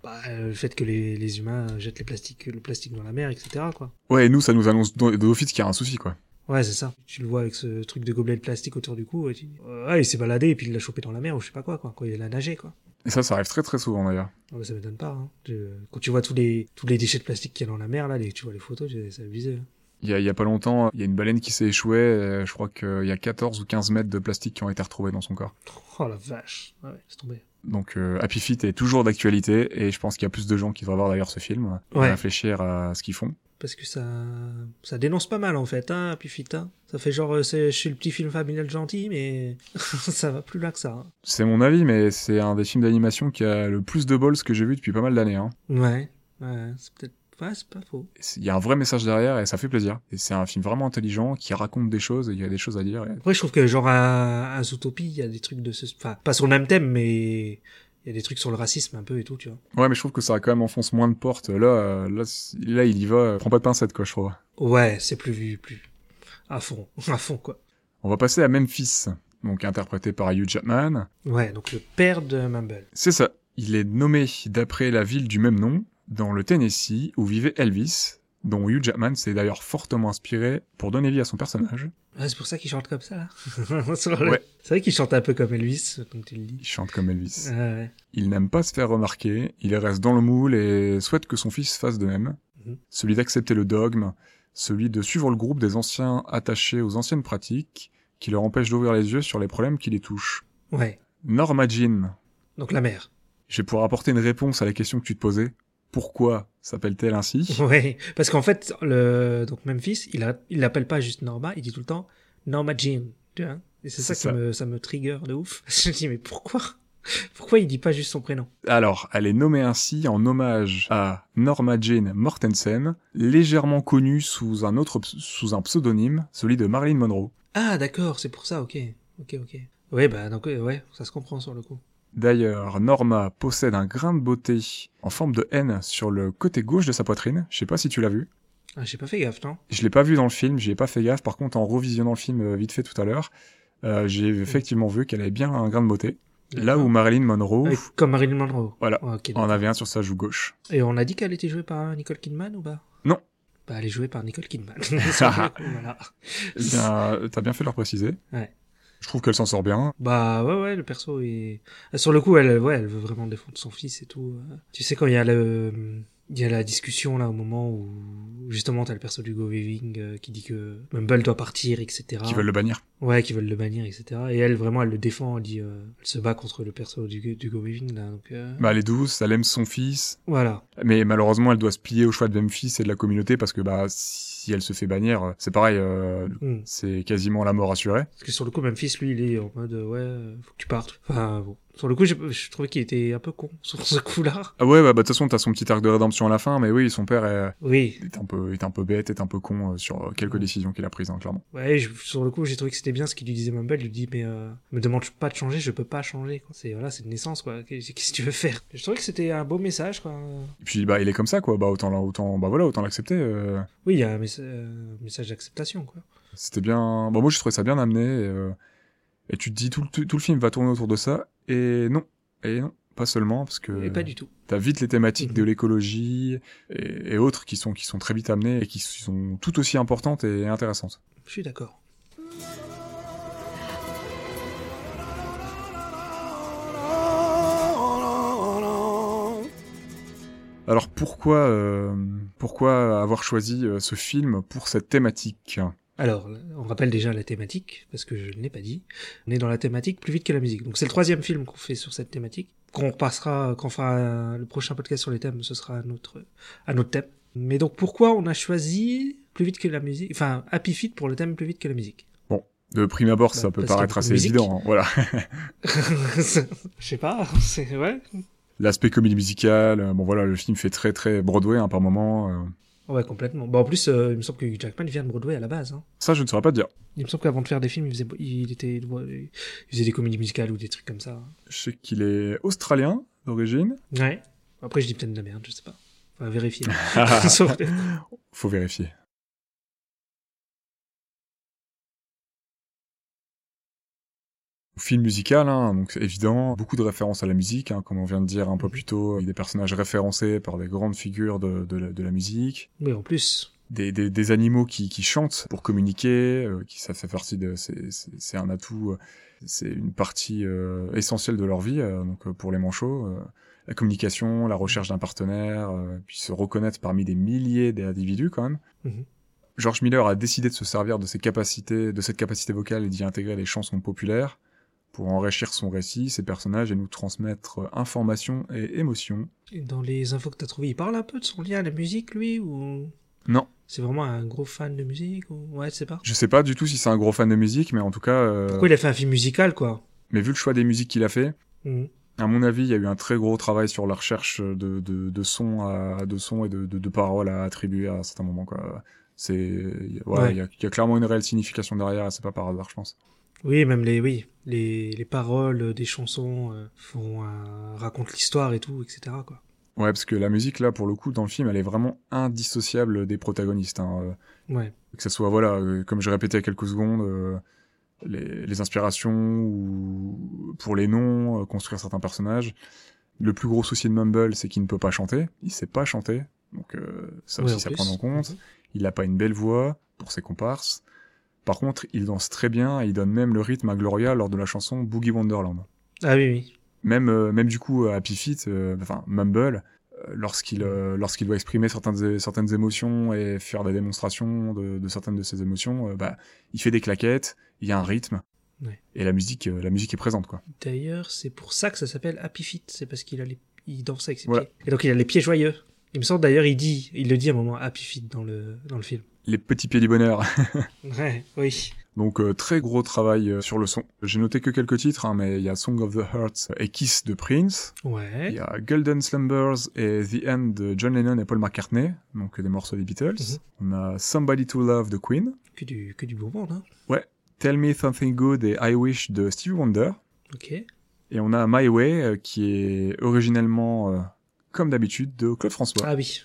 [SPEAKER 1] bah, euh, le fait que les, les humains jettent les plastiques, le plastique dans la mer, etc., quoi.
[SPEAKER 2] Ouais, et nous ça nous annonce d'o- d'office qu'il y a un souci, quoi.
[SPEAKER 1] Ouais, c'est ça. Tu le vois avec ce truc de gobelet de plastique autour du cou, et tu dis, euh, ah, il s'est baladé, et puis il l'a chopé dans la mer, ou je sais pas quoi, quoi, quand il a nagé, quoi.
[SPEAKER 2] Et ça, ça arrive très très souvent d'ailleurs.
[SPEAKER 1] Ah bah, ça m'étonne pas. Hein. Je- Quand tu vois tous les, tous les déchets de plastique qu'il y a dans la mer, là, les, tu vois les photos, tu- c'est abusé. hein.
[SPEAKER 2] Il y, a, il y a pas longtemps, il y a une baleine qui s'est échouée. euh, Je crois qu'il y a 14 ou 15 mètres de plastique qui ont été retrouvés dans son corps.
[SPEAKER 1] Oh la vache. Ah Ouais, c'est tombé.
[SPEAKER 2] Donc euh, Happy Feet est toujours d'actualité et je pense qu'il y a plus de gens qui devraient voir d'ailleurs ce film et
[SPEAKER 1] Ouais.
[SPEAKER 2] réfléchir à ce qu'ils font.
[SPEAKER 1] Parce que ça, ça dénonce pas mal en fait, hein, puis putain. Ça fait genre, euh, c'est- je suis le petit film familial gentil, mais ça va plus loin que ça. hein.
[SPEAKER 2] C'est mon avis, mais c'est un des films d'animation qui a le plus de balls que j'ai vu depuis pas mal d'années. hein.
[SPEAKER 1] Ouais, ouais, c'est peut-être, ouais, c'est pas faux.
[SPEAKER 2] Et c'est- Il y a un vrai message derrière et ça fait plaisir. Et c'est un film vraiment intelligent qui raconte des choses et il y a des choses à dire. et-
[SPEAKER 1] Après, je trouve que genre à, à Zootopie, il y a des trucs de ce, enfin, pas sur le même thème, mais il y a des trucs sur le racisme un peu et tout, tu vois.
[SPEAKER 2] Ouais, mais je trouve que ça quand même enfonce moins de portes. Là, euh, là, c- là, il y va. euh, Prends pas de pincettes, quoi, je trouve.
[SPEAKER 1] Ouais, c'est plus vu, plus à fond, à fond quoi.
[SPEAKER 2] On va passer à Memphis, donc interprété par Hugh Jackman.
[SPEAKER 1] Ouais, donc le père de Mumble.
[SPEAKER 2] C'est ça. Il est nommé d'après la ville du même nom, dans le Tennessee, où vivait Elvis, dont Hugh Jackman s'est d'ailleurs fortement inspiré pour donner vie à son personnage.
[SPEAKER 1] Ah, c'est pour ça qu'il chante comme ça, là. Sur le-
[SPEAKER 2] Ouais.
[SPEAKER 1] C'est vrai qu'il chante un peu comme Elvis, comme tu le dis.
[SPEAKER 2] Il chante comme Elvis.
[SPEAKER 1] Ah ouais.
[SPEAKER 2] Il n'aime pas se faire remarquer, il reste dans le moule et souhaite que son fils fasse de même.
[SPEAKER 1] Mhm.
[SPEAKER 2] Celui d'accepter le dogme, celui de suivre le groupe des anciens attachés aux anciennes pratiques, qui leur empêche d'ouvrir les yeux sur les problèmes qui les touchent.
[SPEAKER 1] Ouais.
[SPEAKER 2] Norma Jean,
[SPEAKER 1] Donc la mère.
[SPEAKER 2] je vais pouvoir apporter une réponse à la question que tu te posais. Pourquoi s'appelle-t-elle ainsi
[SPEAKER 1] Ouais. Parce qu'en fait, le, donc Memphis, il a, il l'appelle pas juste Norma, il dit tout le temps Norma Jean. Tu vois? Et c'est ça,
[SPEAKER 2] C'est
[SPEAKER 1] qui
[SPEAKER 2] ça.
[SPEAKER 1] me, ça me trigger de ouf. Je me dis, mais pourquoi? Pourquoi il dit pas juste son prénom?
[SPEAKER 2] Alors, elle est nommée ainsi en hommage à Norma Jean Mortensen, légèrement connue sous un autre ps- sous un pseudonyme, celui de Marilyn Monroe.
[SPEAKER 1] Ah, d'accord, c'est pour ça, ok. Ok, ok. Ouais, bah, donc, euh, ouais, ça se comprend sur le coup.
[SPEAKER 2] D'ailleurs, Norma possède un grain de beauté en forme de N sur le côté gauche de sa poitrine. Je sais pas si tu l'as vu.
[SPEAKER 1] Ah, j'ai pas fait gaffe, non?
[SPEAKER 2] Je l'ai pas vu dans le film, j'y ai pas fait gaffe. Par contre, en revisionnant le film euh, vite fait tout à l'heure, euh, j'ai effectivement vu qu'elle avait bien un grain de beauté. Là où Marilyn Monroe
[SPEAKER 1] Ouais, Ah, comme Marilyn Monroe.
[SPEAKER 2] Voilà.
[SPEAKER 1] Ouais, ok,
[SPEAKER 2] en avait un sur sa joue gauche.
[SPEAKER 1] Et on a dit qu'elle était jouée par Nicole Kidman ou pas
[SPEAKER 2] Non.
[SPEAKER 1] Bah, elle est jouée par Nicole Kidman. voilà.
[SPEAKER 2] Eh bien, t'as bien fait de leur préciser.
[SPEAKER 1] Ouais.
[SPEAKER 2] Je trouve qu'elle s'en sort bien.
[SPEAKER 1] Bah ouais ouais le perso est sur le coup elle ouais elle veut vraiment défendre son fils et tout. euh. Tu sais quand il y a le il y a la discussion là au moment où justement t'as le perso d'Hugo Weaving euh, qui dit que Mumble doit partir etc.
[SPEAKER 2] Qui veulent le bannir.
[SPEAKER 1] Ouais qui veulent le bannir etc. Et elle vraiment elle le défend elle dit euh, elle se bat contre le perso d'Hugo d'Hugo Weaving là donc euh,
[SPEAKER 2] Bah, elle est douce, elle aime son fils,
[SPEAKER 1] voilà.
[SPEAKER 2] mais malheureusement, elle doit se plier au choix de Memphis et de la communauté parce que bah, si elle se fait bannir, c'est pareil, euh,
[SPEAKER 1] Hmm.
[SPEAKER 2] c'est quasiment la mort assurée.
[SPEAKER 1] Parce que sur le coup, Memphis, lui, il est en mode euh, ouais, euh, faut que tu partes. Enfin, bon. Sur le coup, j'ai- je trouvais qu'il était un peu con sur ce coup-là.
[SPEAKER 2] Ah ouais, bah, bah, de toute façon, t'as son petit arc de rédemption à la fin, mais oui, son père euh,
[SPEAKER 1] Oui,
[SPEAKER 2] est, un peu, est un peu bête, est un peu con euh, sur euh,
[SPEAKER 1] Hmm.
[SPEAKER 2] quelques décisions qu'il a prises, hein, clairement.
[SPEAKER 1] ouais, je- sur le coup, j'ai trouvé que c'était bien ce qu'il lui disait Mumble. Il lui dit, mais euh, me demande pas de changer, je peux pas changer. quoi. C'est voilà, c'est une naissance, quoi. Qu'est- Qu'est-ce que tu veux faire Je trouvais que c'était un beau message, quoi.
[SPEAKER 2] Et puis, bah, il est comme ça, quoi, bah, autant, l'en- autant, bah, voilà, autant l'accepter. euh.
[SPEAKER 1] Oui, il y a un messa- euh, message d'acceptation, quoi.
[SPEAKER 2] C'était bien. Bon, moi, je trouvais ça bien amené. Et, euh, et tu te dis, tout, le- tout, tout le film va tourner autour de ça, et non, et non, pas seulement, parce que.
[SPEAKER 1] Et pas du tout.
[SPEAKER 2] T'as vite les thématiques
[SPEAKER 1] Mhm.
[SPEAKER 2] de l'écologie et, et autres qui sont, qui sont très vite amenées et qui sont tout aussi importantes et intéressantes.
[SPEAKER 1] Je suis d'accord.
[SPEAKER 2] Alors pourquoi, euh, pourquoi avoir choisi euh, ce film pour cette thématique
[SPEAKER 1] Alors, on rappelle déjà la thématique, parce que je ne l'ai pas dit. On est dans la thématique plus vite que la musique. Donc c'est le troisième film qu'on fait sur cette thématique. Qu'on repassera, qu'on fera un- le prochain podcast sur les thèmes, ce sera un autre, euh, un autre thème. Mais donc pourquoi on a choisi plus vite que la musique, enfin Happy Feet pour le thème plus vite que la musique
[SPEAKER 2] De prime abord,
[SPEAKER 1] Bah,
[SPEAKER 2] ça peut
[SPEAKER 1] parce qu'il y a
[SPEAKER 2] paraître
[SPEAKER 1] beaucoup de
[SPEAKER 2] assez
[SPEAKER 1] musique.
[SPEAKER 2] évident. hein, voilà.
[SPEAKER 1] Je sais pas, c'est ouais.
[SPEAKER 2] L'aspect comédie musicale, euh, bon voilà, le film fait très très Broadway hein, par moment. euh.
[SPEAKER 1] Ouais, complètement. Bon, en plus, euh, il me semble que Hugh Jackman vient de Broadway à la base. Hein.
[SPEAKER 2] Ça, je ne saurais pas te dire.
[SPEAKER 1] Il me semble qu'avant de faire des films, il faisait, il était, il faisait des comédies musicales ou des trucs comme ça.
[SPEAKER 2] Je sais qu'il est australien d'origine.
[SPEAKER 1] Ouais. Après, je dis peut-être de la merde, je sais pas. Enfin, vérifier. Sur-
[SPEAKER 2] Faut vérifier. Film musical, hein, donc c'est évident, beaucoup de références à la musique, hein, comme on vient de dire un peu plus tôt, il y a des personnages référencés par des grandes figures de, de la, de la musique,
[SPEAKER 1] Mais en plus,
[SPEAKER 2] des, des- des animaux qui, qui chantent pour communiquer, euh, qui ça fait partie de, c'est- c'est c'est un atout, euh, c'est une partie euh, essentielle de leur vie, euh, donc euh, pour les manchots, euh, la communication, la recherche d'un partenaire, euh, puis se reconnaître parmi des milliers d'individus quand même.
[SPEAKER 1] Mhm.
[SPEAKER 2] George Miller a décidé de se servir de ses capacités, de cette capacité vocale et d'y intégrer les chansons populaires pour enrichir son récit, ses personnages et nous transmettre euh, information et émotion.
[SPEAKER 1] dans les infos que t'as trouvées, il parle un peu de son lien à la musique, lui, ou...
[SPEAKER 2] Non.
[SPEAKER 1] C'est vraiment un gros fan de musique, ou... Ouais, je sais pas.
[SPEAKER 2] Je sais pas du tout si c'est un gros fan de musique, mais en tout cas, euh,
[SPEAKER 1] Pourquoi il a fait un film musical, quoi
[SPEAKER 2] mais vu le choix des musiques qu'il a fait,
[SPEAKER 1] Mhm.
[SPEAKER 2] à mon avis, il y a eu un très gros travail sur la recherche de, de, de sons à- de sons et de, de, de paroles à attribuer à certains moments. Quoi. C'est, ouais,
[SPEAKER 1] Ouais.
[SPEAKER 2] Il, y a, il y a clairement une réelle signification derrière, et c'est pas par hasard, je pense.
[SPEAKER 1] Oui, même les... Oui, les, les paroles euh, des chansons euh, font un... racontent l'histoire et tout, etc., quoi.
[SPEAKER 2] Ouais, parce que la musique, là, pour le coup, dans le film, elle est vraiment indissociable des protagonistes. hein. Euh,
[SPEAKER 1] Ouais.
[SPEAKER 2] Que ce soit, voilà, euh, comme je répétais il y a quelques secondes, euh, les, les inspirations ou pour les noms, euh, construire certains personnages. Le plus gros souci de Mumble, c'est qu'il ne peut pas chanter. Il sait pas chanter. Donc euh, ça
[SPEAKER 1] Ouais,
[SPEAKER 2] aussi,
[SPEAKER 1] en
[SPEAKER 2] ça
[SPEAKER 1] plus. Mhm.
[SPEAKER 2] prend en compte. Il n'a pas une belle voix pour ses comparses. Par contre, il danse très bien et il donne même le rythme à Gloria lors de la chanson Boogie Wonderland.
[SPEAKER 1] Ah oui, oui.
[SPEAKER 2] Même, euh, même du coup, à Happy Feet, euh, enfin Mumble, euh, lorsqu'il euh, lorsqu'il doit exprimer certaines, certaines émotions et faire des démonstrations de, de certaines de ses émotions, euh, bah, il fait des claquettes, il y a un rythme,
[SPEAKER 1] Ouais.
[SPEAKER 2] et la musique, euh, la musique est présente. quoi.
[SPEAKER 1] D'ailleurs, c'est pour ça que ça s'appelle Happy Feet. C'est parce qu'il a les... il danse avec ses
[SPEAKER 2] Voilà.
[SPEAKER 1] pieds. Et donc, il a les pieds joyeux. Il me semble d'ailleurs, il dit, il le dit à un moment Happy Feet dans le, dans le film.
[SPEAKER 2] Les petits pieds du bonheur.
[SPEAKER 1] Ouais, oui.
[SPEAKER 2] Donc euh, très gros travail euh, sur le son. J'ai noté que quelques titres, hein, mais il y a Song of the Hearts et Kiss de Prince, il
[SPEAKER 1] Ouais.
[SPEAKER 2] y a Golden Slumbers et The End de John Lennon et Paul McCartney, donc euh, des morceaux des Beatles.
[SPEAKER 1] Mhm.
[SPEAKER 2] On a Somebody to Love de Queen,
[SPEAKER 1] Que du, que du bon monde, hein.
[SPEAKER 2] Tell Me Something Good et I Wish de Stevie Wonder,
[SPEAKER 1] Ok.
[SPEAKER 2] et on a My Way euh, qui est originellement, euh, comme d'habitude, de Claude François.
[SPEAKER 1] Ah oui.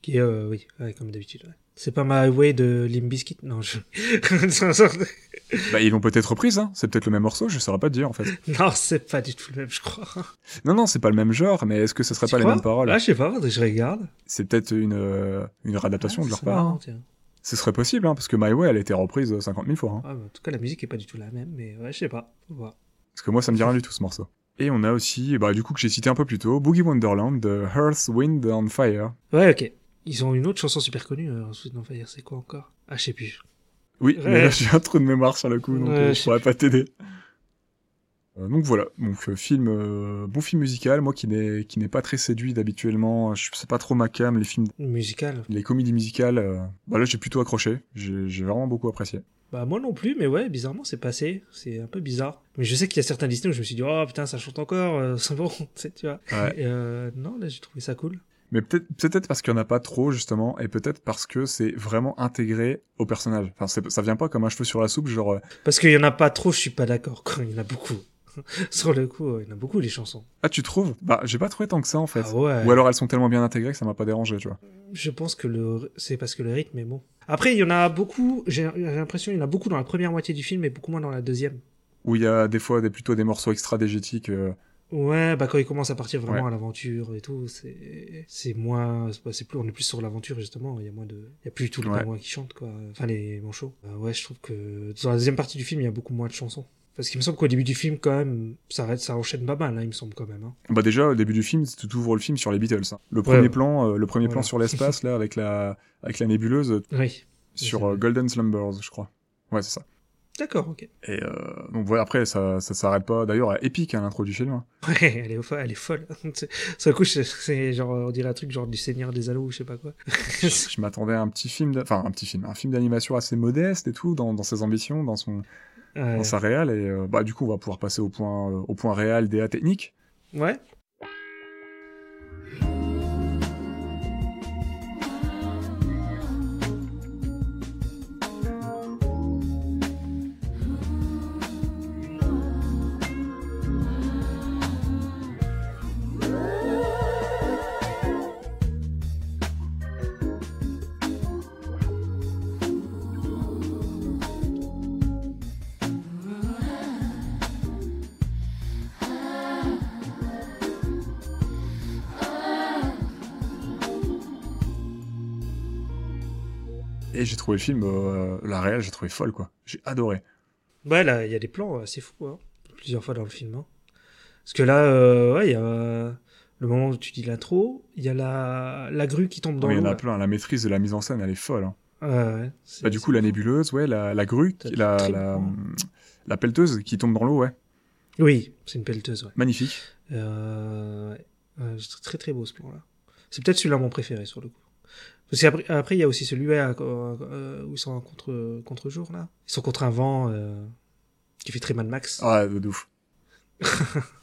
[SPEAKER 1] Qui est, euh, oui, ouais, comme d'habitude. ouais. C'est pas My Way de Limp Bizkit Non, je. Ah.
[SPEAKER 2] Bah, ils l'ont peut-être reprise, hein. c'est peut-être le même morceau, je saurais pas te dire en fait.
[SPEAKER 1] non, c'est pas du tout le même, je crois.
[SPEAKER 2] Non, non, c'est pas le même genre, mais est-ce que ce serait
[SPEAKER 1] Tu
[SPEAKER 2] pas les
[SPEAKER 1] crois
[SPEAKER 2] mêmes paroles
[SPEAKER 1] Ah, je sais pas, faudrait que je regarde.
[SPEAKER 2] C'est peut-être une, euh, une réadaptation
[SPEAKER 1] Ah,
[SPEAKER 2] de leur
[SPEAKER 1] c'est
[SPEAKER 2] part. hein.
[SPEAKER 1] marrant, tiens.
[SPEAKER 2] Ce serait possible, hein, parce que My Way, elle a été reprise euh, 50 000 fois. hein.
[SPEAKER 1] Ah, mais en tout cas, la musique est pas du tout la même, mais ouais, je sais pas. Faut voir.
[SPEAKER 2] Parce que moi, ça me dit rien du tout, ce morceau. Et on a aussi, bah, du coup, que j'ai cité un peu plus tôt, Boogie Wonderland de Earth, Wind and Fire.
[SPEAKER 1] Ouais, ok. Ils ont une autre chanson super connue, euh, ensuite, non, c'est quoi encore Ah, je sais plus.
[SPEAKER 2] Oui,
[SPEAKER 1] Ouais.
[SPEAKER 2] mais là, j'ai un trou de mémoire sur le coup, donc
[SPEAKER 1] Ouais,
[SPEAKER 2] euh,
[SPEAKER 1] je
[SPEAKER 2] je
[SPEAKER 1] sais
[SPEAKER 2] pourrais pas t'aider. Euh, donc voilà, donc euh, film, euh, bon film musical, moi qui n'ai qui n'ai pas très séduit d'habituellement, euh, je sais pas trop ma cam, les films,
[SPEAKER 1] Musicale.
[SPEAKER 2] les comédies musicales, euh, bah là j'ai plutôt accroché, j'ai j'ai vraiment beaucoup apprécié.
[SPEAKER 1] Bah, moi non plus, mais ouais, bizarrement, c'est passé. C'est un peu bizarre. Mais je sais qu'il y a certains Disney où je me suis dit, oh putain, ça chante encore, euh, c'est bon, tu sais, tu vois.
[SPEAKER 2] Ouais.
[SPEAKER 1] Et, euh, non, là, j'ai trouvé ça cool.
[SPEAKER 2] Mais peut-être peut-être parce qu'il n'y en a pas trop, justement, et peut-être parce que c'est vraiment intégré au personnage. Enfin, c'est- ça vient pas comme un cheveu sur la soupe, genre... euh,
[SPEAKER 1] Parce qu'il y en a pas trop, je suis pas d'accord. quoi. Il y en a beaucoup. Sur le coup, il y en a beaucoup les chansons.
[SPEAKER 2] Ah, tu trouves Bah, j'ai pas trouvé tant que ça, en fait.
[SPEAKER 1] Ah ouais.
[SPEAKER 2] Ou alors elles sont tellement bien intégrées que ça m'a pas dérangé, tu vois.
[SPEAKER 1] Je pense que le c'est parce que le rythme est bon. Après, il y en a beaucoup. J'ai j'ai l'impression il y en a beaucoup dans la première moitié du film et beaucoup moins dans la deuxième.
[SPEAKER 2] Où il y a des fois des, plutôt des morceaux extra-dégétiques. euh,
[SPEAKER 1] Ouais, bah quand il commence à partir vraiment
[SPEAKER 2] Ouais.
[SPEAKER 1] à l'aventure et tout, c'est c'est moins, c'est pas- c'est plus, on est plus sur l'aventure justement. Il y a moins de, il y a plus tous les
[SPEAKER 2] Ouais.
[SPEAKER 1] pingouins qui chantent quoi. Enfin les manchots. Euh, ouais, je trouve que dans la deuxième partie du film, il y a beaucoup moins de chansons. Parce qu'il me semble qu'au début du film, quand même, ça, reste- ça enchaîne pas mal, hein, il me semble quand même. Hein.
[SPEAKER 2] Bah déjà, au début du film, tu t'ouvres le film sur les Beatles. hein. Le premier
[SPEAKER 1] ouais.
[SPEAKER 2] plan, euh, le premier
[SPEAKER 1] Voilà.
[SPEAKER 2] plan sur l'espace, là, avec la, avec la nébuleuse, euh,
[SPEAKER 1] Oui.
[SPEAKER 2] sur
[SPEAKER 1] vrai.
[SPEAKER 2] euh, Golden Slumbers, je crois. Ouais, c'est ça.
[SPEAKER 1] D'accord, ok.
[SPEAKER 2] Et euh, donc voilà, après, ça, ça s'arrête pas. D'ailleurs, épique, hein, l'intro du film. hein.
[SPEAKER 1] Ouais, elle est, fo- elle est folle. C'est- Sur le coup, je- c'est genre, on dirait un truc genre du Seigneur des Anneaux ou je sais pas quoi.
[SPEAKER 2] je je m'attendais à un petit film, d'a- enfin un petit film, un film d'animation assez modeste et tout, dans, dans ses ambitions, dans son,
[SPEAKER 1] Ouais.
[SPEAKER 2] dans sa réal. Et euh, bah du coup, on va pouvoir passer au point, euh, au point réel des A techniques.
[SPEAKER 1] Ouais.
[SPEAKER 2] Et j'ai trouvé le film, euh, la réal, j'ai trouvé folle quoi. J'ai adoré.
[SPEAKER 1] Ouais, là, il y a des plans assez fous, hein. Plusieurs fois dans le film, hein. Parce que là, euh, ouais, il y a euh, le moment où tu dis l'intro, il y a la, la grue qui tombe dans
[SPEAKER 2] Non, mais il y
[SPEAKER 1] l'eau.
[SPEAKER 2] en a
[SPEAKER 1] là.
[SPEAKER 2] plein. La maîtrise de la mise en scène, elle est folle. hein.
[SPEAKER 1] Ouais, ouais. C'est-
[SPEAKER 2] Bah du coup,
[SPEAKER 1] c'est-
[SPEAKER 2] la nébuleuse, ouais, la, la grue,
[SPEAKER 1] T'as
[SPEAKER 2] qui- la,
[SPEAKER 1] très
[SPEAKER 2] la,
[SPEAKER 1] bon.
[SPEAKER 2] hum, la pelleteuse qui tombe dans l'eau, ouais.
[SPEAKER 1] Oui, c'est une pelleteuse, ouais.
[SPEAKER 2] Magnifique.
[SPEAKER 1] Euh, ouais. Ouais, c'est très très beau ce plan-là. C'est peut-être celui-là mon préféré sur le coup. Parce qu'après, après, il y a aussi celui à- euh, où ils sont en contre, contre-jour, là. Ils sont contre un vent euh, qui fait très Mad Max.
[SPEAKER 2] Ah, de de ouf.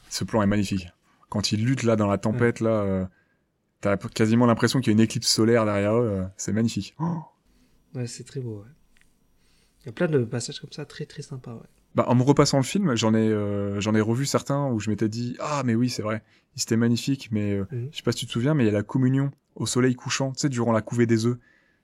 [SPEAKER 2] Ce plan est magnifique. Quand ils luttent là dans la tempête, là, euh, t'as p- quasiment l'impression qu'il y a une éclipse solaire derrière eux. euh, c'est magnifique. Oh
[SPEAKER 1] Ouais, c'est très beau, ouais. Il y a plein de passages comme ça, très très sympa, ouais.
[SPEAKER 2] Bah, en me repassant le film, j'en ai, euh, j'en ai revu certains où je m'étais dit Ah, mais oui, c'est vrai, c'était magnifique, mais euh,
[SPEAKER 1] Mhm.
[SPEAKER 2] je sais pas si tu te souviens, mais il y a la communion au soleil couchant, tu sais, durant la couvée des œufs,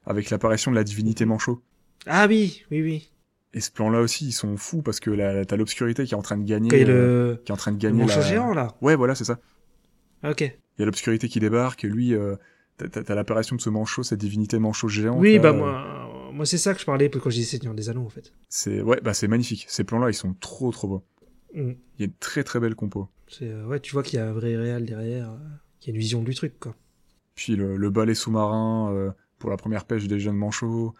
[SPEAKER 2] avec l'apparition de la divinité manchot.
[SPEAKER 1] Ah oui, oui, oui.
[SPEAKER 2] Et ce plan-là aussi, ils sont fous parce que la, la- t'as l'obscurité qui est en train de gagner.
[SPEAKER 1] Quand Mm. il y a
[SPEAKER 2] euh,
[SPEAKER 1] le,
[SPEAKER 2] Qui est en train de
[SPEAKER 1] le
[SPEAKER 2] gagner.
[SPEAKER 1] manchot
[SPEAKER 2] la-
[SPEAKER 1] géant, là.
[SPEAKER 2] Ouais, voilà, c'est ça.
[SPEAKER 1] Ah, Ok.
[SPEAKER 2] Il y a l'obscurité qui débarque, lui, euh, T'as- T'as t'as l'apparition de ce manchot, cette divinité manchot géant.
[SPEAKER 1] Oui,
[SPEAKER 2] là,
[SPEAKER 1] bah
[SPEAKER 2] euh,
[SPEAKER 1] moi, moi c'est ça que je parlais quand je disais Seigneur des Anneaux en fait.
[SPEAKER 2] C'est ouais, bah c'est magnifique. Ces plans-là, ils sont trop trop beaux.
[SPEAKER 1] Mm.
[SPEAKER 2] Il y a une très très belle compo.
[SPEAKER 1] C'est, euh, ouais, tu vois qu'il y a un vrai réel derrière, euh, qu'il y a une vision du truc quoi.
[SPEAKER 2] Puis le, le balai sous-marin euh, pour la première pêche des jeunes manchots,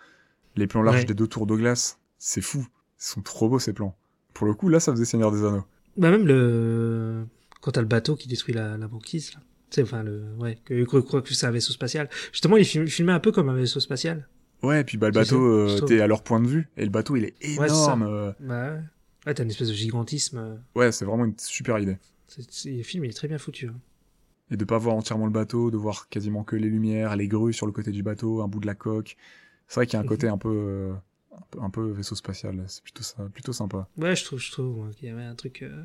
[SPEAKER 2] les plans larges
[SPEAKER 1] Ouais.
[SPEAKER 2] des deux tours de glace, c'est fou. Ils sont trop beaux ces plans. Pour le coup, là, ça faisait Seigneur des Anneaux.
[SPEAKER 1] Bah même le quand t'as le bateau qui détruit la, la banquise là. C'est enfin le ouais que que, que, que c'est un vaisseau spatial. Justement, il est film- filmé un peu comme un vaisseau spatial.
[SPEAKER 2] Ouais, puis bah, le
[SPEAKER 1] C'est ça,
[SPEAKER 2] bateau,
[SPEAKER 1] je
[SPEAKER 2] euh,
[SPEAKER 1] trouve.
[SPEAKER 2] t'es à leur point de vue, et le bateau, il est
[SPEAKER 1] Ouais, c'est ça.
[SPEAKER 2] énorme. euh,
[SPEAKER 1] Bah ouais. ouais, t'as une espèce de gigantisme. euh,
[SPEAKER 2] Ouais, c'est vraiment une super idée.
[SPEAKER 1] c'est- c'est- le film il est très bien foutu. hein.
[SPEAKER 2] Et de pas voir entièrement le bateau, de voir quasiment que les lumières, les grues sur le côté du bateau, un bout de la coque. C'est vrai qu'il y a un
[SPEAKER 1] Mhm.
[SPEAKER 2] côté un peu, euh, un peu, un peu vaisseau spatial. là. C'est plutôt ça, plutôt sympa.
[SPEAKER 1] Ouais, je trouve je trouve moi, qu'il y avait un truc. euh,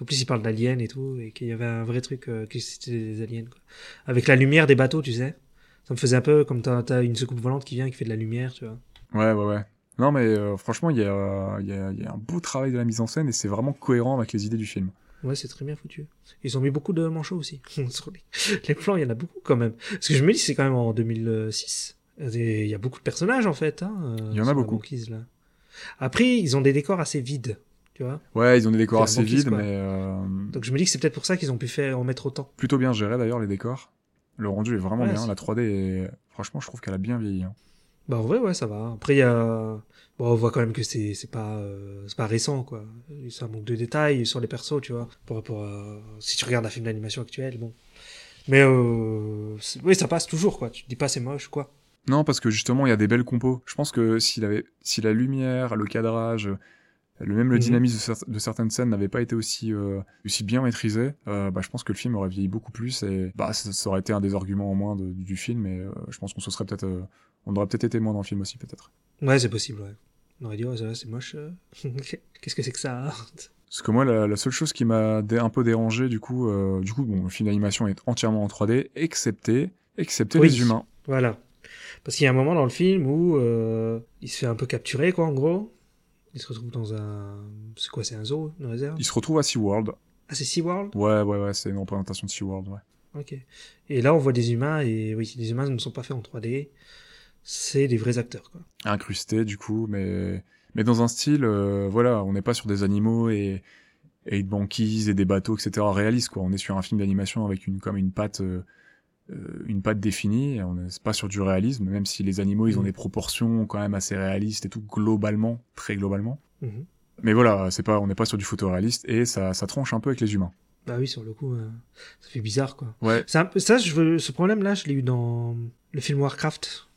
[SPEAKER 1] En plus, il parle d'aliens et tout et qu'il y avait un vrai truc euh, que c'était des aliens quoi. Avec la lumière des bateaux, tu sais. Ça me faisait un peu comme t'as t'as une soucoupe volante qui vient et qui fait de la lumière, tu vois.
[SPEAKER 2] Ouais, ouais, ouais. Non, mais euh, franchement, il y a, il y, a, il y a un beau travail de la mise en scène et c'est vraiment cohérent avec les idées du film.
[SPEAKER 1] Ouais, c'est très bien foutu. Ils ont mis beaucoup de manchots aussi. Sur les... les plans, il y en a beaucoup quand même. Parce que je me dis, c'est quand même en 2006. Et Il y a beaucoup de personnages en fait. Hein, euh,
[SPEAKER 2] Il y en
[SPEAKER 1] sur
[SPEAKER 2] a
[SPEAKER 1] la
[SPEAKER 2] beaucoup.
[SPEAKER 1] banquise, là. Après, ils ont des décors assez vides, tu vois.
[SPEAKER 2] Ouais, ils ont des décors
[SPEAKER 1] C'est
[SPEAKER 2] assez
[SPEAKER 1] la banquise,
[SPEAKER 2] vides,
[SPEAKER 1] quoi.
[SPEAKER 2] mais euh,
[SPEAKER 1] Donc je me dis que c'est peut-être pour ça qu'ils ont pu faire en mettre autant.
[SPEAKER 2] plutôt bien gérés d'ailleurs, les décors. Le rendu est vraiment
[SPEAKER 1] Ouais,
[SPEAKER 2] bien.
[SPEAKER 1] c'est-
[SPEAKER 2] La 3D est... Franchement, je trouve qu'elle a bien vieilli. hein.
[SPEAKER 1] Bah en vrai, ouais, ça va. Après, il y a. Bon, on voit quand même que c'est c'est pas euh, c'est pas récent quoi. Ça manque de détails sur les persos, tu vois. Par rapport à si tu regardes un film d'animation actuel, bon. Mais euh, c'est- oui, ça passe toujours quoi. Tu te dis pas c'est moche quoi.
[SPEAKER 2] Non, parce que justement, il y a des belles compos. Je pense que s'il avait, si la lumière, le cadrage, le même le
[SPEAKER 1] Mhm.
[SPEAKER 2] dynamisme de, cer- de certaines scènes n'avait pas été aussi, euh, aussi bien maîtrisé, euh, bah, je pense que le film aurait vieilli beaucoup plus et bah, ça, ça aurait été un des arguments en moins de- du film. Et euh, je pense qu'on se serait peut-être, euh, on aurait peut-être été moins dans le film aussi, peut-être.
[SPEAKER 1] Ouais, c'est possible, ouais. On aurait dit, ouais, ça, c'est moche. euh. Qu'est-ce que c'est que ça hein
[SPEAKER 2] Parce que moi, la, la seule chose qui m'a dé- un peu dérangé, du coup, euh, du coup, bon, le film d'animation est entièrement en 3D, excepté, excepté
[SPEAKER 1] Oui.
[SPEAKER 2] les humains.
[SPEAKER 1] Voilà. Parce qu'il y a un moment dans le film où euh, il se fait un peu capturer, quoi, en gros. Il se retrouve dans un. C'est quoi, c'est un zoo, une réserve
[SPEAKER 2] Ils se retrouvent à SeaWorld.
[SPEAKER 1] Ah, c'est SeaWorld
[SPEAKER 2] Ouais, ouais, ouais, c'est une représentation de SeaWorld, ouais.
[SPEAKER 1] Ok. Et là, on voit des humains, et oui, les humains ne sont pas faits en 3D. C'est des vrais acteurs, quoi.
[SPEAKER 2] incrusté du coup, mais mais dans un style, euh, voilà, on n'est pas sur des animaux et et une banquise et des bateaux, etc. réalistes quoi. On est sur un film d'animation avec une comme une patte euh, euh, une patte définie. et On n'est c'est pas sur du réalisme, même si les animaux ils ont
[SPEAKER 1] Mhm.
[SPEAKER 2] des proportions quand même assez réalistes et tout globalement, très globalement.
[SPEAKER 1] Mhm.
[SPEAKER 2] Mais voilà, c'est pas, on n'est pas sur du photoréaliste et ça ça tranche un peu avec les humains.
[SPEAKER 1] Bah oui, sur le coup, euh, ça fait bizarre, quoi.
[SPEAKER 2] Ouais.
[SPEAKER 1] C'est un peu... Ça, je veux... ce problème-là, je l'ai eu dans le film Warcraft.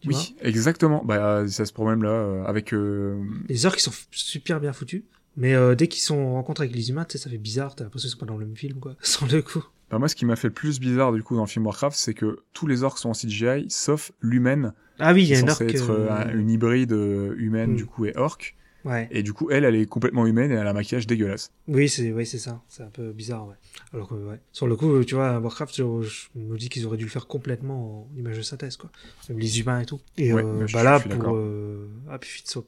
[SPEAKER 1] Tu vois
[SPEAKER 2] Oui, exactement. Bah, c'est ce problème-là euh, avec euh,
[SPEAKER 1] Les orques, ils sont f- super bien foutus. Mais euh, dès qu'ils sont en rencontre avec les humains, tu sais, ça fait bizarre. T'as l'impression qu'ils sont pas dans le même film, quoi. Sans le coup.
[SPEAKER 2] Bah, moi, ce qui m'a fait le plus bizarre du coup dans le film Warcraft, c'est que tous les orques sont en CGI, sauf l'humaine,
[SPEAKER 1] Ah oui, il
[SPEAKER 2] qui
[SPEAKER 1] y a
[SPEAKER 2] est
[SPEAKER 1] une orque.
[SPEAKER 2] censée être
[SPEAKER 1] euh,
[SPEAKER 2] euh, un- une hybride euh, humaine
[SPEAKER 1] Hmm.
[SPEAKER 2] du coup et orque.
[SPEAKER 1] Ouais.
[SPEAKER 2] Et du coup, elle, elle est complètement humaine et elle a un maquillage dégueulasse.
[SPEAKER 1] Oui, c'est ouais, c'est ça. C'est un peu bizarre, ouais. Alors que, ouais. Sur le coup, tu vois, Warcraft, je, je me dis qu'ils auraient dû le faire complètement en image de synthèse, quoi. Même les humains et tout. Et
[SPEAKER 2] Ouais,
[SPEAKER 1] euh,
[SPEAKER 2] je-
[SPEAKER 1] bah
[SPEAKER 2] je
[SPEAKER 1] là,
[SPEAKER 2] suis
[SPEAKER 1] pour.
[SPEAKER 2] d'accord.
[SPEAKER 1] euh, Ah, puis vite, ça-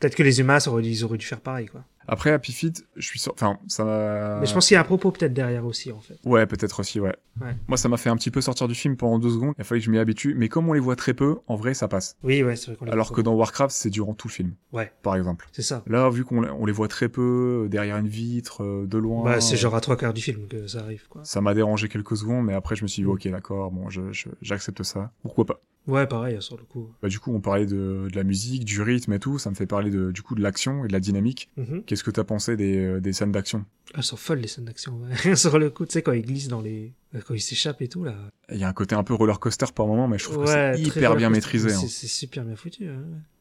[SPEAKER 1] Peut-être que les humains, ça aurait- ils auraient dû faire pareil, quoi.
[SPEAKER 2] Après, Happy Feet, je suis sûr. Enfin, ça m'a.
[SPEAKER 1] Mais je pense qu'il y a un propos peut-être derrière aussi, en fait.
[SPEAKER 2] Ouais, peut-être aussi, ouais.
[SPEAKER 1] Ouais.
[SPEAKER 2] Moi, ça m'a fait un petit peu sortir du film pendant deux secondes. Il a fallu que je m'y habitue. Mais comme on les voit très peu, en vrai, ça passe.
[SPEAKER 1] Oui, ouais, c'est vrai qu'on l'a
[SPEAKER 2] Alors
[SPEAKER 1] pas
[SPEAKER 2] que dans Warcraft, c'est durant tout le film.
[SPEAKER 1] Ouais.
[SPEAKER 2] Par exemple.
[SPEAKER 1] compris. C'est ça.
[SPEAKER 2] Là, vu qu'on les- on les voit très peu, euh, derrière une vitre, euh, de loin.
[SPEAKER 1] Bah, c'est
[SPEAKER 2] euh,
[SPEAKER 1] genre à trois quarts du film que ça arrive, quoi.
[SPEAKER 2] Ça m'a dérangé quelques secondes, mais après je me suis
[SPEAKER 1] Mm.
[SPEAKER 2] dit, ok, d'accord, bon, je- je- j'accepte ça. Pourquoi pas
[SPEAKER 1] Ouais, pareil, hein, sur le coup.
[SPEAKER 2] bah, Du coup, on parlait de, de la musique, du rythme et tout, ça me fait parler de, du coup de l'action et de la dynamique.
[SPEAKER 1] Mhm.
[SPEAKER 2] Qu'est-ce que t'as pensé des, euh, des scènes d'action
[SPEAKER 1] Elles sont folles les scènes d'action. ouais. Sur le coup, tu sais, quand ils glissent dans les. Quand ils s'échappent et tout, là.
[SPEAKER 2] Il y a un côté un peu roller coaster par moment, mais je trouve
[SPEAKER 1] Ouais,
[SPEAKER 2] que c'est
[SPEAKER 1] très
[SPEAKER 2] hyper
[SPEAKER 1] roller
[SPEAKER 2] bien
[SPEAKER 1] coaster.
[SPEAKER 2] maîtrisé.
[SPEAKER 1] C'est Mm.
[SPEAKER 2] hein.
[SPEAKER 1] c'est super bien foutu. hein.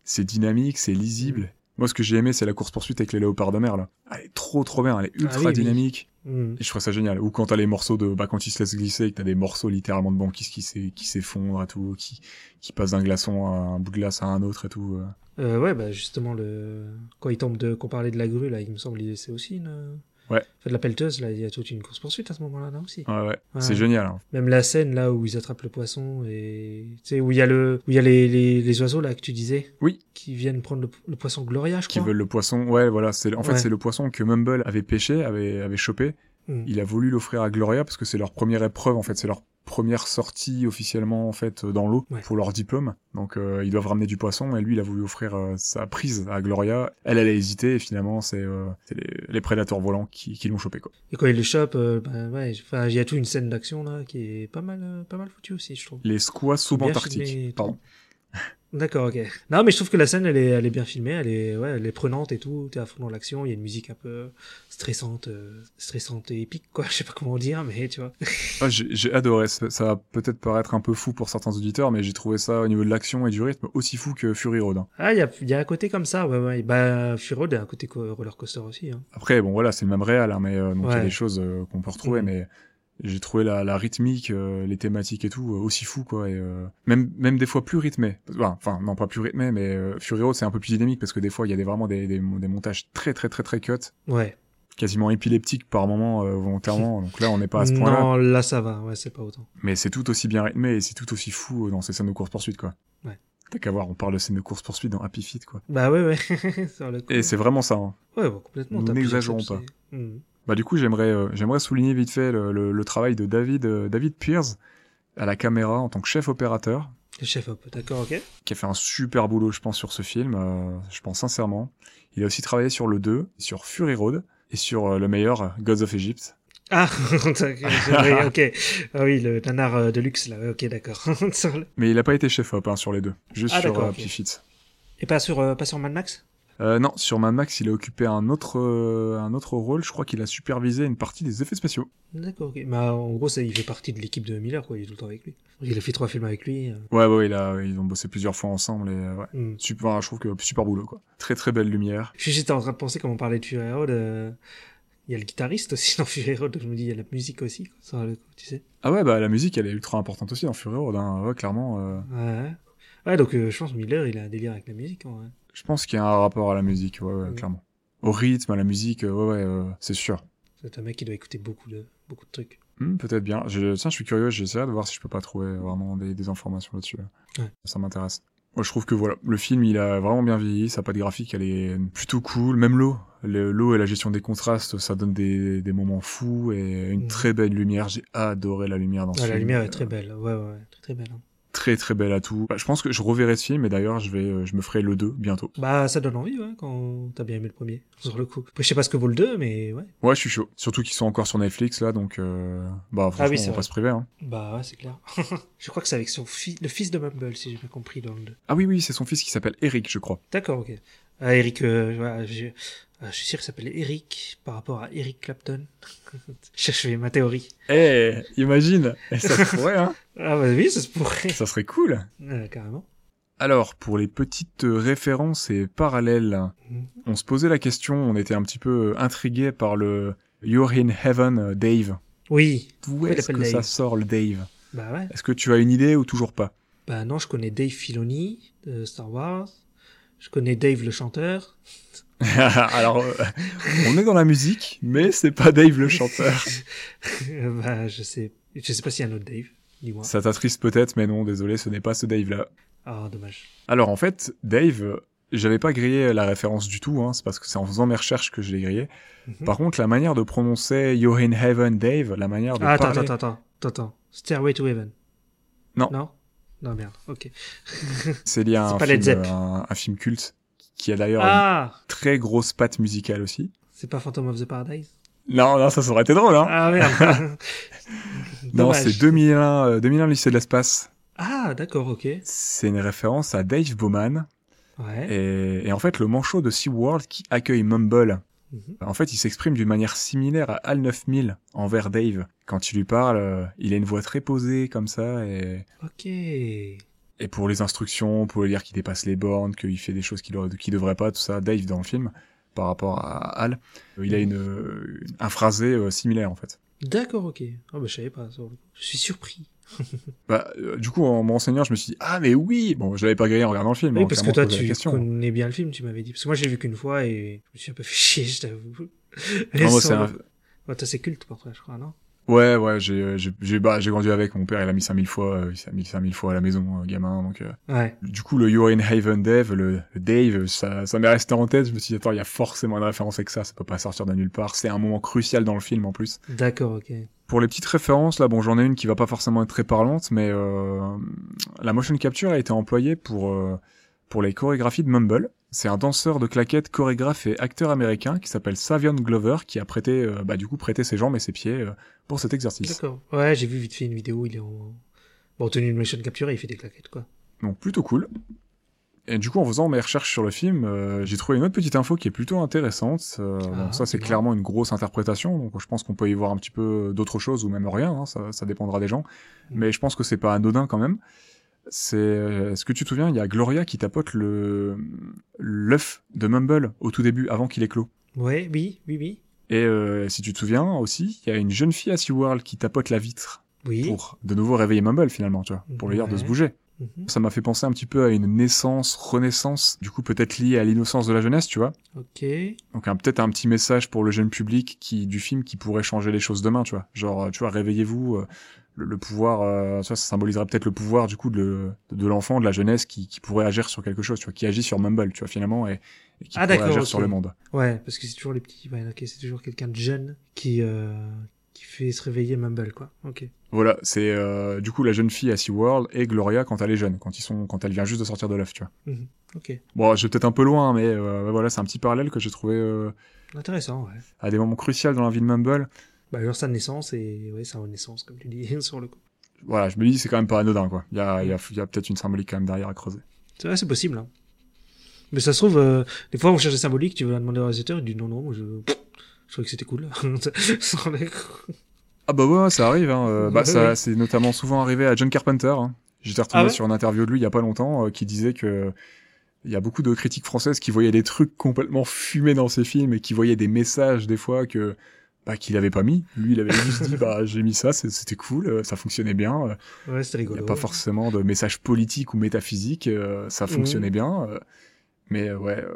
[SPEAKER 2] C'est dynamique, c'est lisible. Moi, ce que j'ai aimé, c'est la course-poursuite avec les léopards de mer, là. Elle est trop, trop bien, elle est ultra
[SPEAKER 1] Ah oui, oui.
[SPEAKER 2] dynamique.
[SPEAKER 1] Mm.
[SPEAKER 2] Et je trouve ça génial. Ou quand t'as les morceaux de, bah, quand ils se laissent glisser et que t'as des morceaux littéralement de banquise qui s'é- qui s'effondrent et tout, qui, qui passent d'un glaçon à un bout de glace à un autre et tout. euh.
[SPEAKER 1] Euh, ouais, bah justement, le... quand il tombe de. Qu'on parlait de la grue, là, il me semble, il- c'est aussi une.
[SPEAKER 2] Ouais.
[SPEAKER 1] Fait de la pelleteuse, là, il y a toute une course-poursuite à ce moment-là, là aussi.
[SPEAKER 2] Ouais, ouais.
[SPEAKER 1] Ouais.
[SPEAKER 2] C'est génial. hein.
[SPEAKER 1] Même la scène, là, où ils attrapent le poisson et. Tu sais, où il y a, le... où il y a les, les... les oiseaux, là, que tu disais.
[SPEAKER 2] Oui.
[SPEAKER 1] Qui viennent prendre le, le poisson Gloria, je
[SPEAKER 2] Qui
[SPEAKER 1] crois.
[SPEAKER 2] veulent le poisson. Ouais, voilà. C'est, en fait,
[SPEAKER 1] Ouais.
[SPEAKER 2] c'est le poisson que Mumble avait pêché, avait, avait chopé.
[SPEAKER 1] Mm.
[SPEAKER 2] Il a voulu l'offrir à Gloria parce que c'est leur première épreuve en fait, c'est leur première sortie officiellement en fait euh, dans l'eau
[SPEAKER 1] Ouais.
[SPEAKER 2] pour leur diplôme. Donc euh, ils doivent ramener du poisson et lui il a voulu offrir euh, sa prise à Gloria. Elle elle a hésité et finalement c'est euh, c'est les, les prédateurs volants qui, qui l'ont chopé quoi.
[SPEAKER 1] Et quand il l'échappe, euh, ben ouais, enfin, il y a toute une scène d'action là qui est pas mal, euh, pas mal foutue aussi, je trouve.
[SPEAKER 2] Les squats
[SPEAKER 1] Bien
[SPEAKER 2] subantarctiques.
[SPEAKER 1] filmé.
[SPEAKER 2] Pardon.
[SPEAKER 1] D'accord, ok. Non, mais je trouve que la scène, elle est, elle est bien filmée, elle est, ouais, elle est prenante et tout. T'es à fond dans l'action, il y a une musique un peu stressante, euh, stressante et épique, quoi. Je sais pas comment dire, mais tu vois.
[SPEAKER 2] Ah, j'ai j'ai adoré. Ça, ça va peut-être paraître un peu fou pour certains auditeurs, mais j'ai trouvé ça au niveau de l'action et du rythme aussi fou que Fury Road. hein.
[SPEAKER 1] Ah, il y a, il y a un côté comme ça, ouais, ouais. Bah, Fury Road a un côté co- roller coaster aussi, hein.
[SPEAKER 2] Après, bon, voilà, c'est le même réel, hein, mais euh, donc il y a
[SPEAKER 1] Ouais.
[SPEAKER 2] des choses euh, qu'on peut retrouver,
[SPEAKER 1] Mhm.
[SPEAKER 2] mais j'ai trouvé la, la rythmique, euh, les thématiques et tout euh, aussi fou, quoi, et euh, même même des fois plus rythmé. Enfin, Enfin, non, pas plus rythmé, mais euh, Fury Road c'est un peu plus dynamique parce que des fois il y a des, vraiment des, des, des montages très très très très cut,
[SPEAKER 1] Ouais.
[SPEAKER 2] quasiment épileptiques par moment euh, volontairement. donc là, on n'est pas à ce point-là,
[SPEAKER 1] non, là, ça va, ouais, c'est pas autant.
[SPEAKER 2] mais c'est tout aussi bien rythmé et c'est tout aussi fou euh, dans ces scènes de course poursuite, quoi.
[SPEAKER 1] Ouais.
[SPEAKER 2] T'as qu'à voir, on parle de scènes de course poursuite dans Happy Feet, quoi.
[SPEAKER 1] Bah, ouais, ouais. Sur le coup.
[SPEAKER 2] Et c'est vraiment ça. hein.
[SPEAKER 1] Ouais, bah, complètement.
[SPEAKER 2] Nous
[SPEAKER 1] t'as plusieurs
[SPEAKER 2] n'exagérons
[SPEAKER 1] types, c'est- Hmm.
[SPEAKER 2] Bah du coup j'aimerais euh, j'aimerais souligner vite fait le, le- le travail de David euh, David Pierce à la caméra en tant que chef opérateur
[SPEAKER 1] Le chef hop, d'accord, ok.
[SPEAKER 2] qui a fait un super boulot je pense sur ce film euh, je pense sincèrement il a aussi travaillé sur le 2 sur Fury Road et sur euh, le meilleur euh, Gods of Egypt
[SPEAKER 1] Ah, j'aimerais- ok. Ah oui, le nanar euh, de luxe, là, ouais, ok, d'accord. Sur le-
[SPEAKER 2] mais il a pas été chef op hein, sur les deux juste
[SPEAKER 1] Ah,
[SPEAKER 2] sur
[SPEAKER 1] d'accord,
[SPEAKER 2] euh,
[SPEAKER 1] ok.
[SPEAKER 2] Happy Feet.
[SPEAKER 1] Et pas sur, euh, pas sur Mad Max
[SPEAKER 2] Euh, non sur Mad Max il a occupé un autre euh, un autre rôle je crois qu'il a supervisé une partie des effets spéciaux
[SPEAKER 1] D'accord, ok. Bah, en gros, ça, il fait partie de l'équipe de Miller, quoi. Il est tout le temps avec lui. Il a fait trois films avec lui. euh.
[SPEAKER 2] ouais ouais il a ils ont bossé plusieurs fois ensemble et euh, ouais
[SPEAKER 1] Hmm.
[SPEAKER 2] super je trouve que super boulot quoi très très belle lumière
[SPEAKER 1] Puis J'étais en train de penser, quand on parlait de Fury Road, euh, il y a le guitariste aussi dans Fury Road. donc Je me dis, il y a la musique aussi, quoi, sur le coup, tu sais.
[SPEAKER 2] Ah ouais, bah la musique, elle est ultra importante aussi dans Fury Road, hein. ouais, clairement. euh,
[SPEAKER 1] Ouais. Ouais, donc euh, je pense Miller, il a un délire avec la musique, en vrai.
[SPEAKER 2] je pense qu'il y a un rapport à la musique, ouais, ouais,
[SPEAKER 1] Mm.
[SPEAKER 2] clairement. Au rythme, à la musique, euh, ouais, ouais, euh, c'est sûr.
[SPEAKER 1] C'est un mec qui doit écouter beaucoup de, beaucoup de trucs. Ah,
[SPEAKER 2] Hmm, Peut-être bien. Je, tiens, je suis curieux, j'essaierai de voir si je peux pas trouver vraiment des, des informations là-dessus. là.
[SPEAKER 1] Ouais.
[SPEAKER 2] Ça m'intéresse. Moi, je trouve que voilà, le film, il a vraiment bien vieilli, sa patte graphique, elle est plutôt cool, même l'eau. Le- L'eau et la gestion des contrastes, ça donne des, des moments fous et une
[SPEAKER 1] Mm.
[SPEAKER 2] très belle lumière. J'ai adoré la lumière dans ce
[SPEAKER 1] Ouais, la
[SPEAKER 2] film.
[SPEAKER 1] lumière est très belle. Ouais, ouais, ouais, très, très belle. hein.
[SPEAKER 2] Très très bel atout. Bah, je pense que je reverrai ce film et d'ailleurs je vais euh, je me ferai le 2 bientôt.
[SPEAKER 1] Bah, ça donne envie, ouais, quand t'as bien aimé le premier, sur le coup. Après, je sais pas ce que vaut le 2, mais ouais.
[SPEAKER 2] Ouais, je suis chaud. Surtout qu'ils sont encore sur Netflix là, donc euh... bah franchement,
[SPEAKER 1] Ah oui,
[SPEAKER 2] on
[SPEAKER 1] c'est
[SPEAKER 2] va
[SPEAKER 1] vrai.
[SPEAKER 2] pas se priver. Hein.
[SPEAKER 1] Bah, ouais, c'est clair. je crois que c'est avec son fils, le fils de Mumble, si j'ai bien compris, dans le 2.
[SPEAKER 2] Ah oui, oui, c'est son fils qui s'appelle Eric, je crois.
[SPEAKER 1] D'accord, ok. Ah, Eric, euh, voilà, je, ah, je suis sûr qu'il s'appelait Eric par rapport à Eric Clapton. Cherchez ma théorie.
[SPEAKER 2] Eh, imagine, Eh, ça se pourrait, hein
[SPEAKER 1] Ah, bah oui, ça se pourrait.
[SPEAKER 2] Ça serait cool.
[SPEAKER 1] Euh, carrément.
[SPEAKER 2] Alors, pour les petites euh, références et parallèles,
[SPEAKER 1] Mhm.
[SPEAKER 2] on se posait la question, on était un petit peu intrigué par le You're in Heaven, euh, Dave.
[SPEAKER 1] Oui.
[SPEAKER 2] D'où
[SPEAKER 1] il
[SPEAKER 2] est-ce
[SPEAKER 1] l'appelle
[SPEAKER 2] que ça
[SPEAKER 1] Dave
[SPEAKER 2] sort le Dave
[SPEAKER 1] Bah ouais.
[SPEAKER 2] Est-ce que tu as une idée ou toujours pas
[SPEAKER 1] Bah non, je connais Dave Filoni de Star Wars. Je connais Dave le chanteur.
[SPEAKER 2] Alors, euh, on est dans la musique, mais c'est pas Dave le chanteur.
[SPEAKER 1] Euh, bah, je sais, je sais pas s'il y a un autre Dave. Dis-moi.
[SPEAKER 2] Ça t'attriste peut-être, mais non, désolé, ce n'est pas ce Dave là.
[SPEAKER 1] Ah, dommage.
[SPEAKER 2] Alors en fait, Dave, euh, j'avais pas grillé la référence du tout, hein, c'est parce que c'est en faisant mes recherches que je l'ai grillé.
[SPEAKER 1] Mhm.
[SPEAKER 2] Par contre, la manière de prononcer You're in Heaven, Dave, la manière de
[SPEAKER 1] Ah, attends,
[SPEAKER 2] parler...
[SPEAKER 1] attends, attends, attends, attends. Stairway to Heaven.
[SPEAKER 2] Non.
[SPEAKER 1] Non Non, merde. Ok.
[SPEAKER 2] c'est lié à
[SPEAKER 1] c'est
[SPEAKER 2] un
[SPEAKER 1] pas Led
[SPEAKER 2] film, euh,
[SPEAKER 1] Zepp.
[SPEAKER 2] un, un film culte qui a d'ailleurs
[SPEAKER 1] Ah
[SPEAKER 2] une très grosse patte musicale aussi.
[SPEAKER 1] C'est pas Phantom of the Paradise
[SPEAKER 2] Non, non, ça, ça aurait été drôle, hein
[SPEAKER 1] Ah, merde.
[SPEAKER 2] Non,
[SPEAKER 1] Dommage.
[SPEAKER 2] c'est 2001, euh, 2001 lycée de l'espace.
[SPEAKER 1] Ah, d'accord, ok.
[SPEAKER 2] C'est une référence à Dave Bowman
[SPEAKER 1] Ouais.
[SPEAKER 2] et, et en fait le manchot de SeaWorld qui accueille Mumble.
[SPEAKER 1] Mhm.
[SPEAKER 2] En fait, il s'exprime d'une manière similaire à Al 9000 envers Dave. Quand il lui parle, euh, il a une voix très posée comme ça et,
[SPEAKER 1] Ok.
[SPEAKER 2] et pour les instructions, pour lui dire qu'il dépasse les bornes, qu'il fait des choses qu'il aurait- qu'il devrait pas, tout ça, Dave dans le film par rapport à Al, euh, il a une, euh, une- un phrasé euh, similaire en fait.
[SPEAKER 1] D'accord, ok. Ah, bah, je savais pas. sur le coup. Je suis surpris.
[SPEAKER 2] Bah, euh, du coup, en me renseignant, je me suis dit ah mais oui, bon, je l'avais pas grillé en regardant le film.
[SPEAKER 1] Oui,
[SPEAKER 2] hein,
[SPEAKER 1] parce que
[SPEAKER 2] clairement,
[SPEAKER 1] toi,
[SPEAKER 2] je posais la
[SPEAKER 1] tu
[SPEAKER 2] question.
[SPEAKER 1] connais bien le film, tu m'avais dit. Parce que moi, j'ai vu qu'une fois et je me suis un peu fait chier, je t'avoue. Et
[SPEAKER 2] Non, Ah, moi,
[SPEAKER 1] sans-
[SPEAKER 2] c'est un-
[SPEAKER 1] Ouais, toi, c'est culte pour toi, je crois, non
[SPEAKER 2] Ouais, ouais, j'ai, euh, j'ai, j'ai, bah, j'ai grandi avec. Mon père, il a mis 5000 fois, euh, il a mis 5000 fois à la maison, euh, gamin. Donc, euh,
[SPEAKER 1] Ouais.
[SPEAKER 2] du coup, le You're in Haven Dave, le, le Dave, ça, ça m'est resté en tête. Je me suis dit, attends, il y a forcément une référence avec ça. Ça peut pas sortir de nulle part. C'est un moment crucial dans le film, en plus.
[SPEAKER 1] D'accord, ok.
[SPEAKER 2] Pour les petites références, là, bon, j'en ai une qui va pas forcément être très parlante, mais euh, la motion capture a été employée pour euh, pour les chorégraphies de Mumble. C'est un danseur de claquettes, chorégraphe et acteur américain qui s'appelle Savion Glover qui a prêté, euh, bah, du coup, prêté ses jambes et ses pieds euh, pour cet exercice.
[SPEAKER 1] D'accord. Ouais, j'ai vu vite fait une vidéo, il est en, bon, en tenue de motion capture et il fait des claquettes, quoi.
[SPEAKER 2] Donc plutôt cool. Et du coup, en faisant mes recherches sur le film, euh, j'ai trouvé une autre petite info qui est plutôt intéressante. Euh,
[SPEAKER 1] Ah,
[SPEAKER 2] bon, ça, c'est
[SPEAKER 1] dis donc.
[SPEAKER 2] clairement une grosse interprétation, donc je pense qu'on peut y voir un petit peu d'autres choses ou même rien, hein, ça, ça dépendra des gens.
[SPEAKER 1] Mm.
[SPEAKER 2] Mais je pense que c'est pas anodin quand même. C'est, euh, est-ce que tu te souviens, il y a Gloria qui tapote le l'œuf de Mumble au tout début, avant qu'il éclot.
[SPEAKER 1] Ouais, oui, oui, oui.
[SPEAKER 2] Et euh, si tu te souviens aussi, il y a une jeune fille à SeaWorld qui tapote la vitre
[SPEAKER 1] Oui.
[SPEAKER 2] pour de nouveau réveiller Mumble finalement, tu vois, pour lui dire de se
[SPEAKER 1] Ouais.
[SPEAKER 2] bouger.
[SPEAKER 1] Mhm.
[SPEAKER 2] Ça m'a fait penser un petit peu à une naissance, renaissance, du coup peut-être liée à l'innocence de la jeunesse, tu vois.
[SPEAKER 1] Ok.
[SPEAKER 2] Donc un- peut-être un petit message pour le jeune public qui du film qui pourrait changer les choses demain, tu vois. Genre, euh, tu vois, réveillez-vous, euh, le, le pouvoir, euh, tu vois, ça symboliserait peut-être le pouvoir du coup de, de l'enfant, de la jeunesse qui, qui pourrait agir sur quelque chose, tu vois, qui agit sur Mumble, tu vois, finalement, et, et qui
[SPEAKER 1] Ah,
[SPEAKER 2] pourrait
[SPEAKER 1] d'accord,
[SPEAKER 2] agir
[SPEAKER 1] ok.
[SPEAKER 2] sur le monde.
[SPEAKER 1] Ouais, parce que c'est toujours les petits. Ouais, ok, c'est toujours quelqu'un de jeune qui, euh, qui fait se réveiller Mumble, quoi. Ok.
[SPEAKER 2] Voilà, c'est euh, du coup la jeune fille à SeaWorld et Gloria quand elle est jeune, quand ils sont, quand elle vient juste de sortir de l'œuf, tu vois.
[SPEAKER 1] Mhm, Ok.
[SPEAKER 2] Bon, je vais peut-être un peu loin, mais euh, voilà, c'est un petit parallèle que j'ai trouvé euh,
[SPEAKER 1] Intéressant, ouais.
[SPEAKER 2] à des moments cruciaux dans la vie de Mumble.
[SPEAKER 1] Bah, genre sa naissance et ouais, sa renaissance, comme tu dis, sur le coup.
[SPEAKER 2] voilà, je me dis c'est quand même pas anodin quoi. Il y a, il y
[SPEAKER 1] Mm.
[SPEAKER 2] a, il y a peut-être une symbolique quand même derrière à creuser.
[SPEAKER 1] C'est vrai, c'est possible. Hein. Mais ça se trouve, euh, des fois on cherche des symboliques, tu vas demander au réalisateur, il dit non, non, moi, je, je trouvais que c'était cool. Sans les-
[SPEAKER 2] Ah bah ouais, ouais, ça arrive. Hein. Euh, bah
[SPEAKER 1] Ouais,
[SPEAKER 2] ça,
[SPEAKER 1] ouais.
[SPEAKER 2] c'est notamment souvent arrivé à John Carpenter. Hein. J'étais retombé
[SPEAKER 1] Ah ouais
[SPEAKER 2] sur une interview de lui il y a pas longtemps euh, qui disait que il y a beaucoup de critiques françaises qui voyaient des trucs complètement fumés dans ses films et qui voyaient des messages des fois que bah qu'il avait pas mis. Lui, il avait juste dit bah j'ai mis ça, c'est- c'était cool, euh, ça fonctionnait bien. Euh,
[SPEAKER 1] ouais, c'était
[SPEAKER 2] Il n'y
[SPEAKER 1] rigolo.
[SPEAKER 2] a pas forcément de message politique ou métaphysique, euh, ça
[SPEAKER 1] Mhm.
[SPEAKER 2] fonctionnait bien. euh, mais euh, ouais, euh,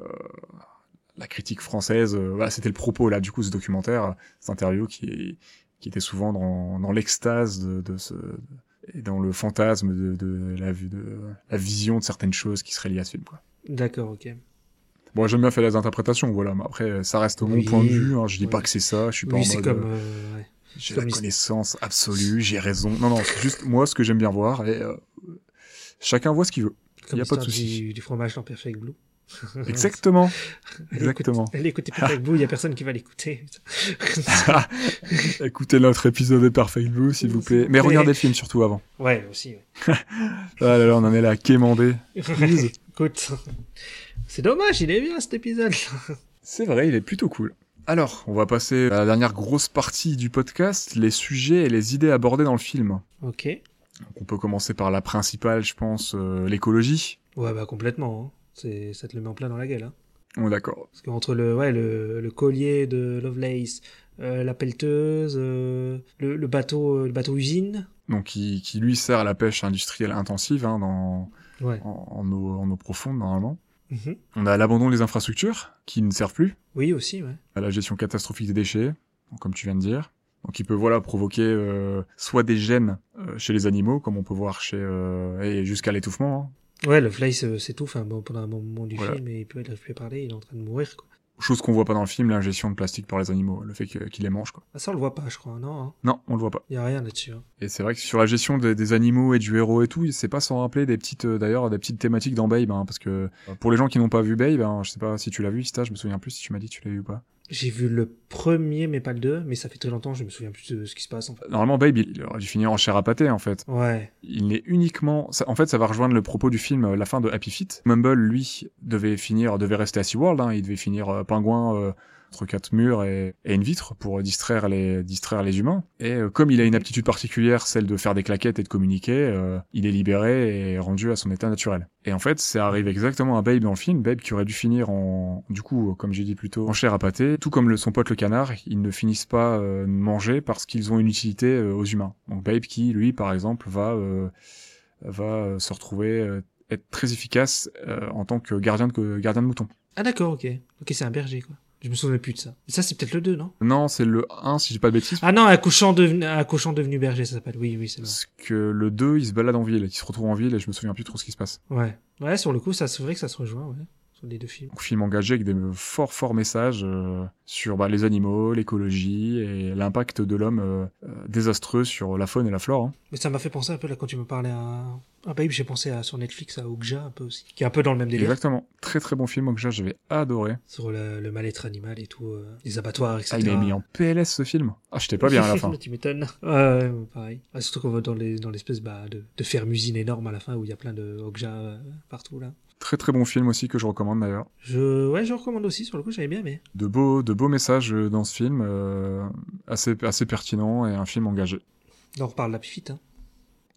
[SPEAKER 2] la critique française, euh, voilà, c'était le propos là, du coup, ce documentaire, euh, cette interview qui, qui était souvent dans, dans l'extase de, de ce. et dans le fantasme de, de, la, vue- de la vision de certaines choses qui seraient liées à ce film. Quoi.
[SPEAKER 1] D'accord, ok.
[SPEAKER 2] Bon, j'aime bien faire les interprétations, voilà, mais après, euh, ça reste mon
[SPEAKER 1] Oui,
[SPEAKER 2] point de vue, hein, je dis
[SPEAKER 1] ouais.
[SPEAKER 2] pas que c'est ça, je suis pas
[SPEAKER 1] Oui,
[SPEAKER 2] en
[SPEAKER 1] c'est
[SPEAKER 2] mode,
[SPEAKER 1] comme.
[SPEAKER 2] euh,
[SPEAKER 1] euh, ouais.
[SPEAKER 2] j'ai
[SPEAKER 1] comme
[SPEAKER 2] la
[SPEAKER 1] il-
[SPEAKER 2] connaissance absolue, j'ai raison. Non, non, c'est juste moi ce que j'aime bien voir, et euh, chacun voit ce qu'il veut.
[SPEAKER 1] Comme
[SPEAKER 2] Y a pas de
[SPEAKER 1] l'histoire
[SPEAKER 2] souci.
[SPEAKER 1] Du, du fromage dans Perfect Blue.
[SPEAKER 2] Exactement.
[SPEAKER 1] Allez, écoute-
[SPEAKER 2] Exactement.
[SPEAKER 1] Allez écouter Perfect Blue, il n'y a personne qui va l'écouter.
[SPEAKER 2] Écoutez notre épisode de Perfect Blue, s'il vous plaît. Mais regardez le film surtout avant.
[SPEAKER 1] ouais, aussi. ouais.
[SPEAKER 2] Ah là là, on en est là, quémander.
[SPEAKER 1] écoute. C'est dommage, il est bien cet épisode.
[SPEAKER 2] C'est vrai, il est plutôt cool. Alors, on va passer à la dernière grosse partie du podcast, les sujets et les idées abordées dans le film.
[SPEAKER 1] ok.
[SPEAKER 2] Donc, on peut commencer par la principale, je pense, euh, l'écologie.
[SPEAKER 1] Ouais, bah complètement. hein. C'est, ça te le met en plein dans la gueule. Hein.
[SPEAKER 2] On est d'accord.
[SPEAKER 1] Parce qu'entre le, ouais, le, le collier de Lovelace, euh, la pelleteuse, euh, le, le bateau, euh, le bateau usine.
[SPEAKER 2] Donc, qui, qui lui sert à la pêche industrielle intensive hein, dans,
[SPEAKER 1] Ouais.
[SPEAKER 2] en, en eau, en eau profonde, normalement.
[SPEAKER 1] Mhm.
[SPEAKER 2] On a l'abandon des infrastructures, qui ne servent plus.
[SPEAKER 1] Oui aussi, ouais.
[SPEAKER 2] à la gestion catastrophique des déchets, donc comme tu viens de dire. Donc il peut voilà provoquer euh, soit des gènes euh, chez les animaux, comme on peut voir chez euh, et jusqu'à l'étouffement,
[SPEAKER 1] Ouais, Lovelace euh, s'étouffe hein, bon, pendant un moment du
[SPEAKER 2] Voilà.
[SPEAKER 1] film et puis il n'arrive plus à parler, il est en train de mourir. Quoi.
[SPEAKER 2] hein. chose qu'on voit pas dans le film, l'ingestion de plastique par les animaux, le fait que- qu'ils les mangent quoi.
[SPEAKER 1] Ah, ça on le voit pas, je crois. Non, hein.
[SPEAKER 2] Non, on le voit pas.
[SPEAKER 1] il y a rien là-dessus. hein.
[SPEAKER 2] Et c'est vrai que sur la gestion des, des animaux et du héros et tout, c'est pas sans rappeler des petites euh, d'ailleurs des petites thématiques dans Babe, hein, parce que pour les gens qui n'ont pas vu Babe, hein, je sais pas si tu l'as vu, Sita, je me souviens plus si tu m'as dit que tu l'as vu ou pas.
[SPEAKER 1] J'ai vu le premier, mais pas le deux, mais ça fait très longtemps, je me souviens plus de ce qui se passe en fait.
[SPEAKER 2] Normalement Babe, il, il aurait dû finir en chair à pâté en fait.
[SPEAKER 1] Ouais,
[SPEAKER 2] il n'est uniquement. ça- en fait, ça va rejoindre le propos du film, euh, la fin de Happy Feet. Mumble, lui, devait finir, devait rester à SeaWorld. Hein, il devait finir euh, pingouin euh, entre quatre murs et, et une vitre pour distraire les distraire les humains. Et euh, comme il a une aptitude particulière, celle de faire des claquettes et de communiquer, euh, il est libéré et rendu à son état naturel. Et en fait, ça arrive exactement à Babe dans le film. Babe qui aurait dû finir en, du coup, euh, comme j'ai dit plus tôt, en chair à pâté. Tout comme le, son pote le canard, ils ne finissent pas euh, de manger parce qu'ils ont une utilité euh, aux humains. Donc Babe qui, lui, par exemple, va euh, va euh, se retrouver euh, être très efficace euh, en tant que gardien de gardien de mouton.
[SPEAKER 1] Ah d'accord, ok. Ok, c'est un berger quoi. Je me souviens plus de ça. Ça, c'est peut-être le 2, non
[SPEAKER 2] Non, c'est le 1, si j'ai pas de bêtises.
[SPEAKER 1] Ah non, un cochon devenu, un cochon devenu berger, ça s'appelle. Oui, oui, c'est là.
[SPEAKER 2] Parce que le 2, il se balade en ville, il se retrouve en ville et je me souviens plus trop ce qui se passe.
[SPEAKER 1] Ouais. Ouais, sur le coup, ça, c'est vrai que ça se rejoint, ouais. Sur les deux films.
[SPEAKER 2] Donc, film engagé avec des forts, forts messages euh, sur bah, les animaux, l'écologie et l'impact de l'homme euh, euh, désastreux sur la faune et la flore. hein.
[SPEAKER 1] Mais ça m'a fait penser un peu, là, quand tu me parlais à. Ah, bah oui, j'ai pensé à, sur Netflix à Okja, un peu aussi. Qui est un peu dans le même délire.
[SPEAKER 2] Exactement. Très très bon film, Okja, j'avais adoré.
[SPEAKER 1] Sur le, le mal-être animal et tout, euh, les abattoirs, etc.
[SPEAKER 2] Ah, il m'a mis en PLS ce film. Ah, j'étais pas bien à la fin.
[SPEAKER 1] tu m'étonnes. Ouais, ouais, pareil. Ah, surtout qu'on va dans les- dans l'espèce bah, de, de ferme usine énorme à la fin où il y a plein de Okja euh, partout, là.
[SPEAKER 2] Très très bon film aussi que je recommande d'ailleurs.
[SPEAKER 1] Je, ouais, je recommande aussi, sur le coup, j'avais bien aimé.
[SPEAKER 2] De beaux, de beaux messages dans ce film, euh, assez, assez pertinent et un film engagé.
[SPEAKER 1] Là, on reparle de la pifite, hein.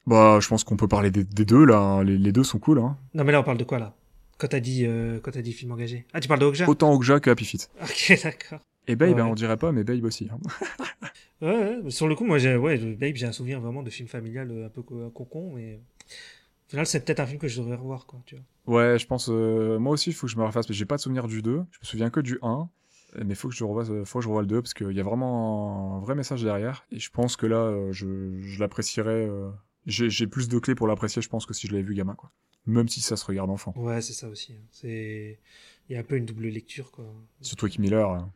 [SPEAKER 2] Bah, je pense qu'on peut parler des, des deux là. hein. Les, les deux sont cool. Hein.
[SPEAKER 1] Non, mais là, on parle de quoi, là? Quand t'as dit, euh, quand t'as dit film engagé. Ah, tu parles de Okja?
[SPEAKER 2] Autant Okja que Happy Feet.
[SPEAKER 1] Ok, d'accord.
[SPEAKER 2] Et Babe,
[SPEAKER 1] Ouais.
[SPEAKER 2] hein, on dirait pas, mais Babe aussi. hein.
[SPEAKER 1] Ouais, ouais, mais sur le coup, moi, j'ai, ouais, le Babe, j'ai un souvenir vraiment de film familial euh, un peu co- cocon, mais au final, c'est peut-être un film que je devrais revoir, quoi, tu vois.
[SPEAKER 2] Ouais, je pense. euh, moi aussi, il faut que je me refasse. mais J'ai pas de souvenir du 2. Je me souviens que du 1. euh, Mais faut que je revoie, euh, faut que je revoie le 2 parce qu'il y a vraiment un vrai message derrière. Et je pense que là, euh, je, je l'apprécierais. euh, j'ai j'ai plus de clés pour l'apprécier, je pense, que si je l'avais vu gamin, quoi. Même si ça se regarde enfant.
[SPEAKER 1] Ouais, c'est ça aussi. hein. C'est, il y a un peu une double lecture, quoi.
[SPEAKER 2] Surtout avec Miller. hein.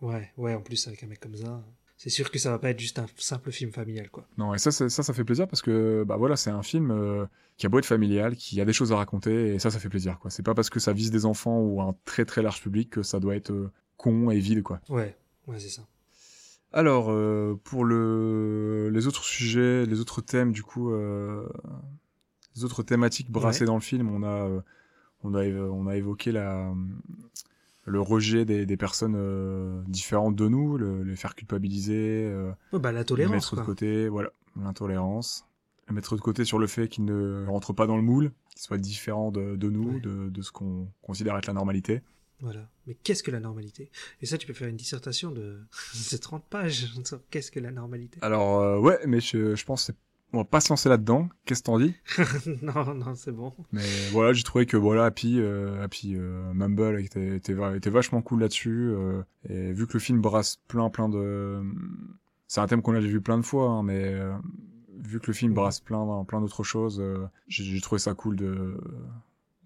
[SPEAKER 1] Ouais, ouais, en plus, avec un mec comme ça, c'est sûr que ça va pas être juste un simple film familial, quoi.
[SPEAKER 2] Non, et ça, c'est- ça, ça fait plaisir parce que, bah voilà, c'est un film euh, qui a beau être familial, qui a des choses à raconter, et ça, ça fait plaisir, quoi. C'est pas parce que ça vise des enfants ou un très très large public que ça doit être euh, con et vide, quoi.
[SPEAKER 1] Ouais, ouais, c'est ça.
[SPEAKER 2] Alors, euh, pour le... les autres sujets, les autres thèmes, du coup, euh, les autres thématiques brassées
[SPEAKER 1] Ouais.
[SPEAKER 2] dans le film, on a, euh, on a, évo- on a évoqué la, le rejet des, des personnes euh, différentes de nous, le- les faire culpabiliser, euh,
[SPEAKER 1] Ouais, bah, la
[SPEAKER 2] le
[SPEAKER 1] tolérance,
[SPEAKER 2] mettre de
[SPEAKER 1] quoi.
[SPEAKER 2] côté, voilà, l'intolérance. Le mettre de côté sur le fait qu'il ne rentre pas dans le moule, qu'il soit différent de, de nous,
[SPEAKER 1] Ouais.
[SPEAKER 2] de, de ce qu'on considère être la normalité.
[SPEAKER 1] Voilà. Mais qu'est-ce que la normalité? Et ça, tu peux faire une dissertation de, de 30 pages sur qu'est-ce que la normalité.
[SPEAKER 2] Alors, euh, ouais, mais je, je pense que c'est- on va pas se lancer là-dedans. Qu'est-ce que t'en dis
[SPEAKER 1] non, non, c'est bon.
[SPEAKER 2] Mais voilà, j'ai trouvé que voilà, Happy, euh, Happy euh, Mumble était, était, va- était vachement cool là-dessus. euh, et vu que le film brasse plein, plein de. C'est un thème qu'on a déjà vu plein de fois, hein, mais euh, vu que le film brasse plein, plein d'autres choses, euh, j'ai j'ai trouvé ça cool de,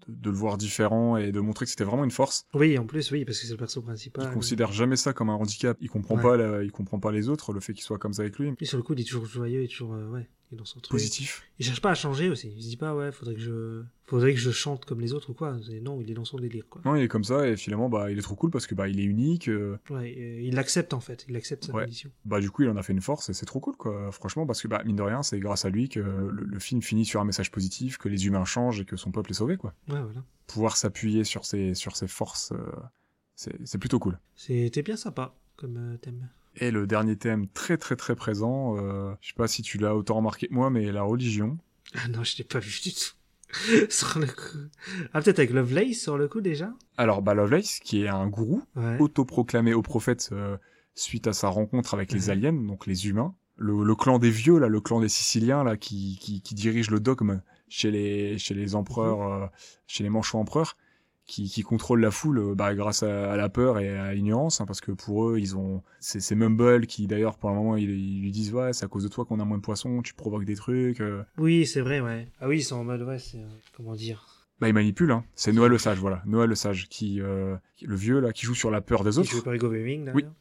[SPEAKER 2] de, de le voir différent et de montrer que c'était vraiment une force.
[SPEAKER 1] Oui, en plus, oui, parce que c'est le perso
[SPEAKER 2] Il
[SPEAKER 1] principal.
[SPEAKER 2] considère jamais ça comme un handicap. Il comprend
[SPEAKER 1] Ouais.
[SPEAKER 2] pas, la- il comprend pas les autres, le fait qu'il soit comme ça avec lui.
[SPEAKER 1] Et sur le coup, il est toujours joyeux, il est toujours, euh, ouais, il est dans son truc.
[SPEAKER 2] Positif.
[SPEAKER 1] Il cherche pas à changer aussi. Il se dit pas, ouais, faudrait que je, faudrait que je chante comme les autres ou quoi. C'est- Non, il est dans son délire, quoi.
[SPEAKER 2] Non, il est comme ça et finalement, bah, il est trop cool parce que bah, il est unique. euh,
[SPEAKER 1] Ouais, euh, il l'accepte, en fait. Il accepte sa
[SPEAKER 2] Ouais.
[SPEAKER 1] condition.
[SPEAKER 2] bah du coup il en a fait une force et c'est trop cool quoi franchement parce que bah mine de rien c'est grâce à lui que le, le film finit sur un message positif que les humains changent et que son peuple est sauvé quoi
[SPEAKER 1] Ouais, voilà.
[SPEAKER 2] pouvoir s'appuyer sur ses sur ses forces euh, c'est c'est plutôt cool
[SPEAKER 1] C'était bien sympa, comme euh, thème.
[SPEAKER 2] et le dernier thème très très très présent euh, je sais pas si tu l'as autant remarqué que moi mais la religion
[SPEAKER 1] Ah non, je l'ai pas vu du tout. sur le coup. Ah, peut-être avec Lovelace, sur le coup, déjà?
[SPEAKER 2] alors bah Lovelace qui est un gourou
[SPEAKER 1] Ouais.
[SPEAKER 2] autoproclamé au prophète euh, suite à sa rencontre avec les
[SPEAKER 1] Mhm.
[SPEAKER 2] aliens, donc les humains. Le, le clan des vieux, là, le clan des Siciliens, là, qui, qui, qui dirige le dogme chez les, chez les empereurs, euh, chez les manchots empereurs, qui, qui contrôle la foule euh, bah, grâce à, à la peur et à l'ignorance, hein, parce que pour eux, ils ont c'est c'est Mumble qui, d'ailleurs, pour le moment, ils, ils lui disent ouais, c'est à cause de toi qu'on a moins de poissons, tu provoques des trucs. euh.
[SPEAKER 1] Oui, c'est vrai, ouais. Ah oui, ils sont en mode, ouais, c'est, euh, comment dire.
[SPEAKER 2] Bah, ils manipulent. Hein. C'est Noël le sage, voilà, Noël le sage, qui, euh, qui- le vieux là, qui joue sur la peur des
[SPEAKER 1] Ils
[SPEAKER 2] autres.
[SPEAKER 1] jouent par Hugo Weaving,
[SPEAKER 2] Oui.
[SPEAKER 1] derrière.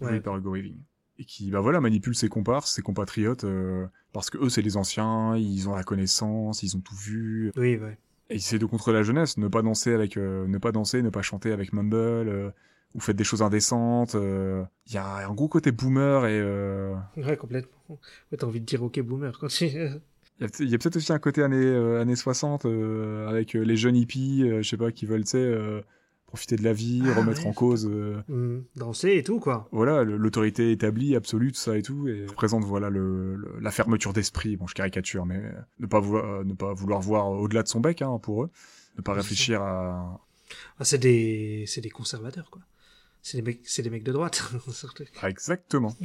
[SPEAKER 2] joué
[SPEAKER 1] Ouais.
[SPEAKER 2] par Hugo Weaving. Et qui, bah voilà, manipule ses comparses, ses compatriotes, euh, parce que eux, c'est les anciens, ils ont la connaissance, ils ont tout vu.
[SPEAKER 1] Oui, ouais.
[SPEAKER 2] Et essaie de contrôler la jeunesse, ne pas danser avec, euh, ne pas danser, ne pas chanter avec Mumble, euh, ou faites des choses indécentes. euh. Il y a un gros côté boomer et euh,
[SPEAKER 1] Ouais, complètement. Ouais, t'as envie de dire, ok, boomer, quand tu-
[SPEAKER 2] il y a peut- il y a peut-être aussi un côté années, euh, années 60 euh, avec euh, les jeunes hippies, euh, je sais pas, qui veulent, tu sais, euh, profiter de la vie,
[SPEAKER 1] Ah
[SPEAKER 2] remettre
[SPEAKER 1] ouais.
[SPEAKER 2] en cause. euh,
[SPEAKER 1] Hmm, danser et tout, quoi.
[SPEAKER 2] voilà, le- l'autorité établie, absolue, tout ça et tout, et représente voilà le, le- la fermeture d'esprit. Bon, je caricature, mais euh, ne pas vouloir, euh, ne pas vouloir voir au-delà de son bec, hein, pour eux, ne pas
[SPEAKER 1] Bien
[SPEAKER 2] réfléchir à.
[SPEAKER 1] Ah, c'est des, c'est des conservateurs, quoi. C'est des mecs, c'est des mecs de droite, surtout.
[SPEAKER 2] Ah, exactement.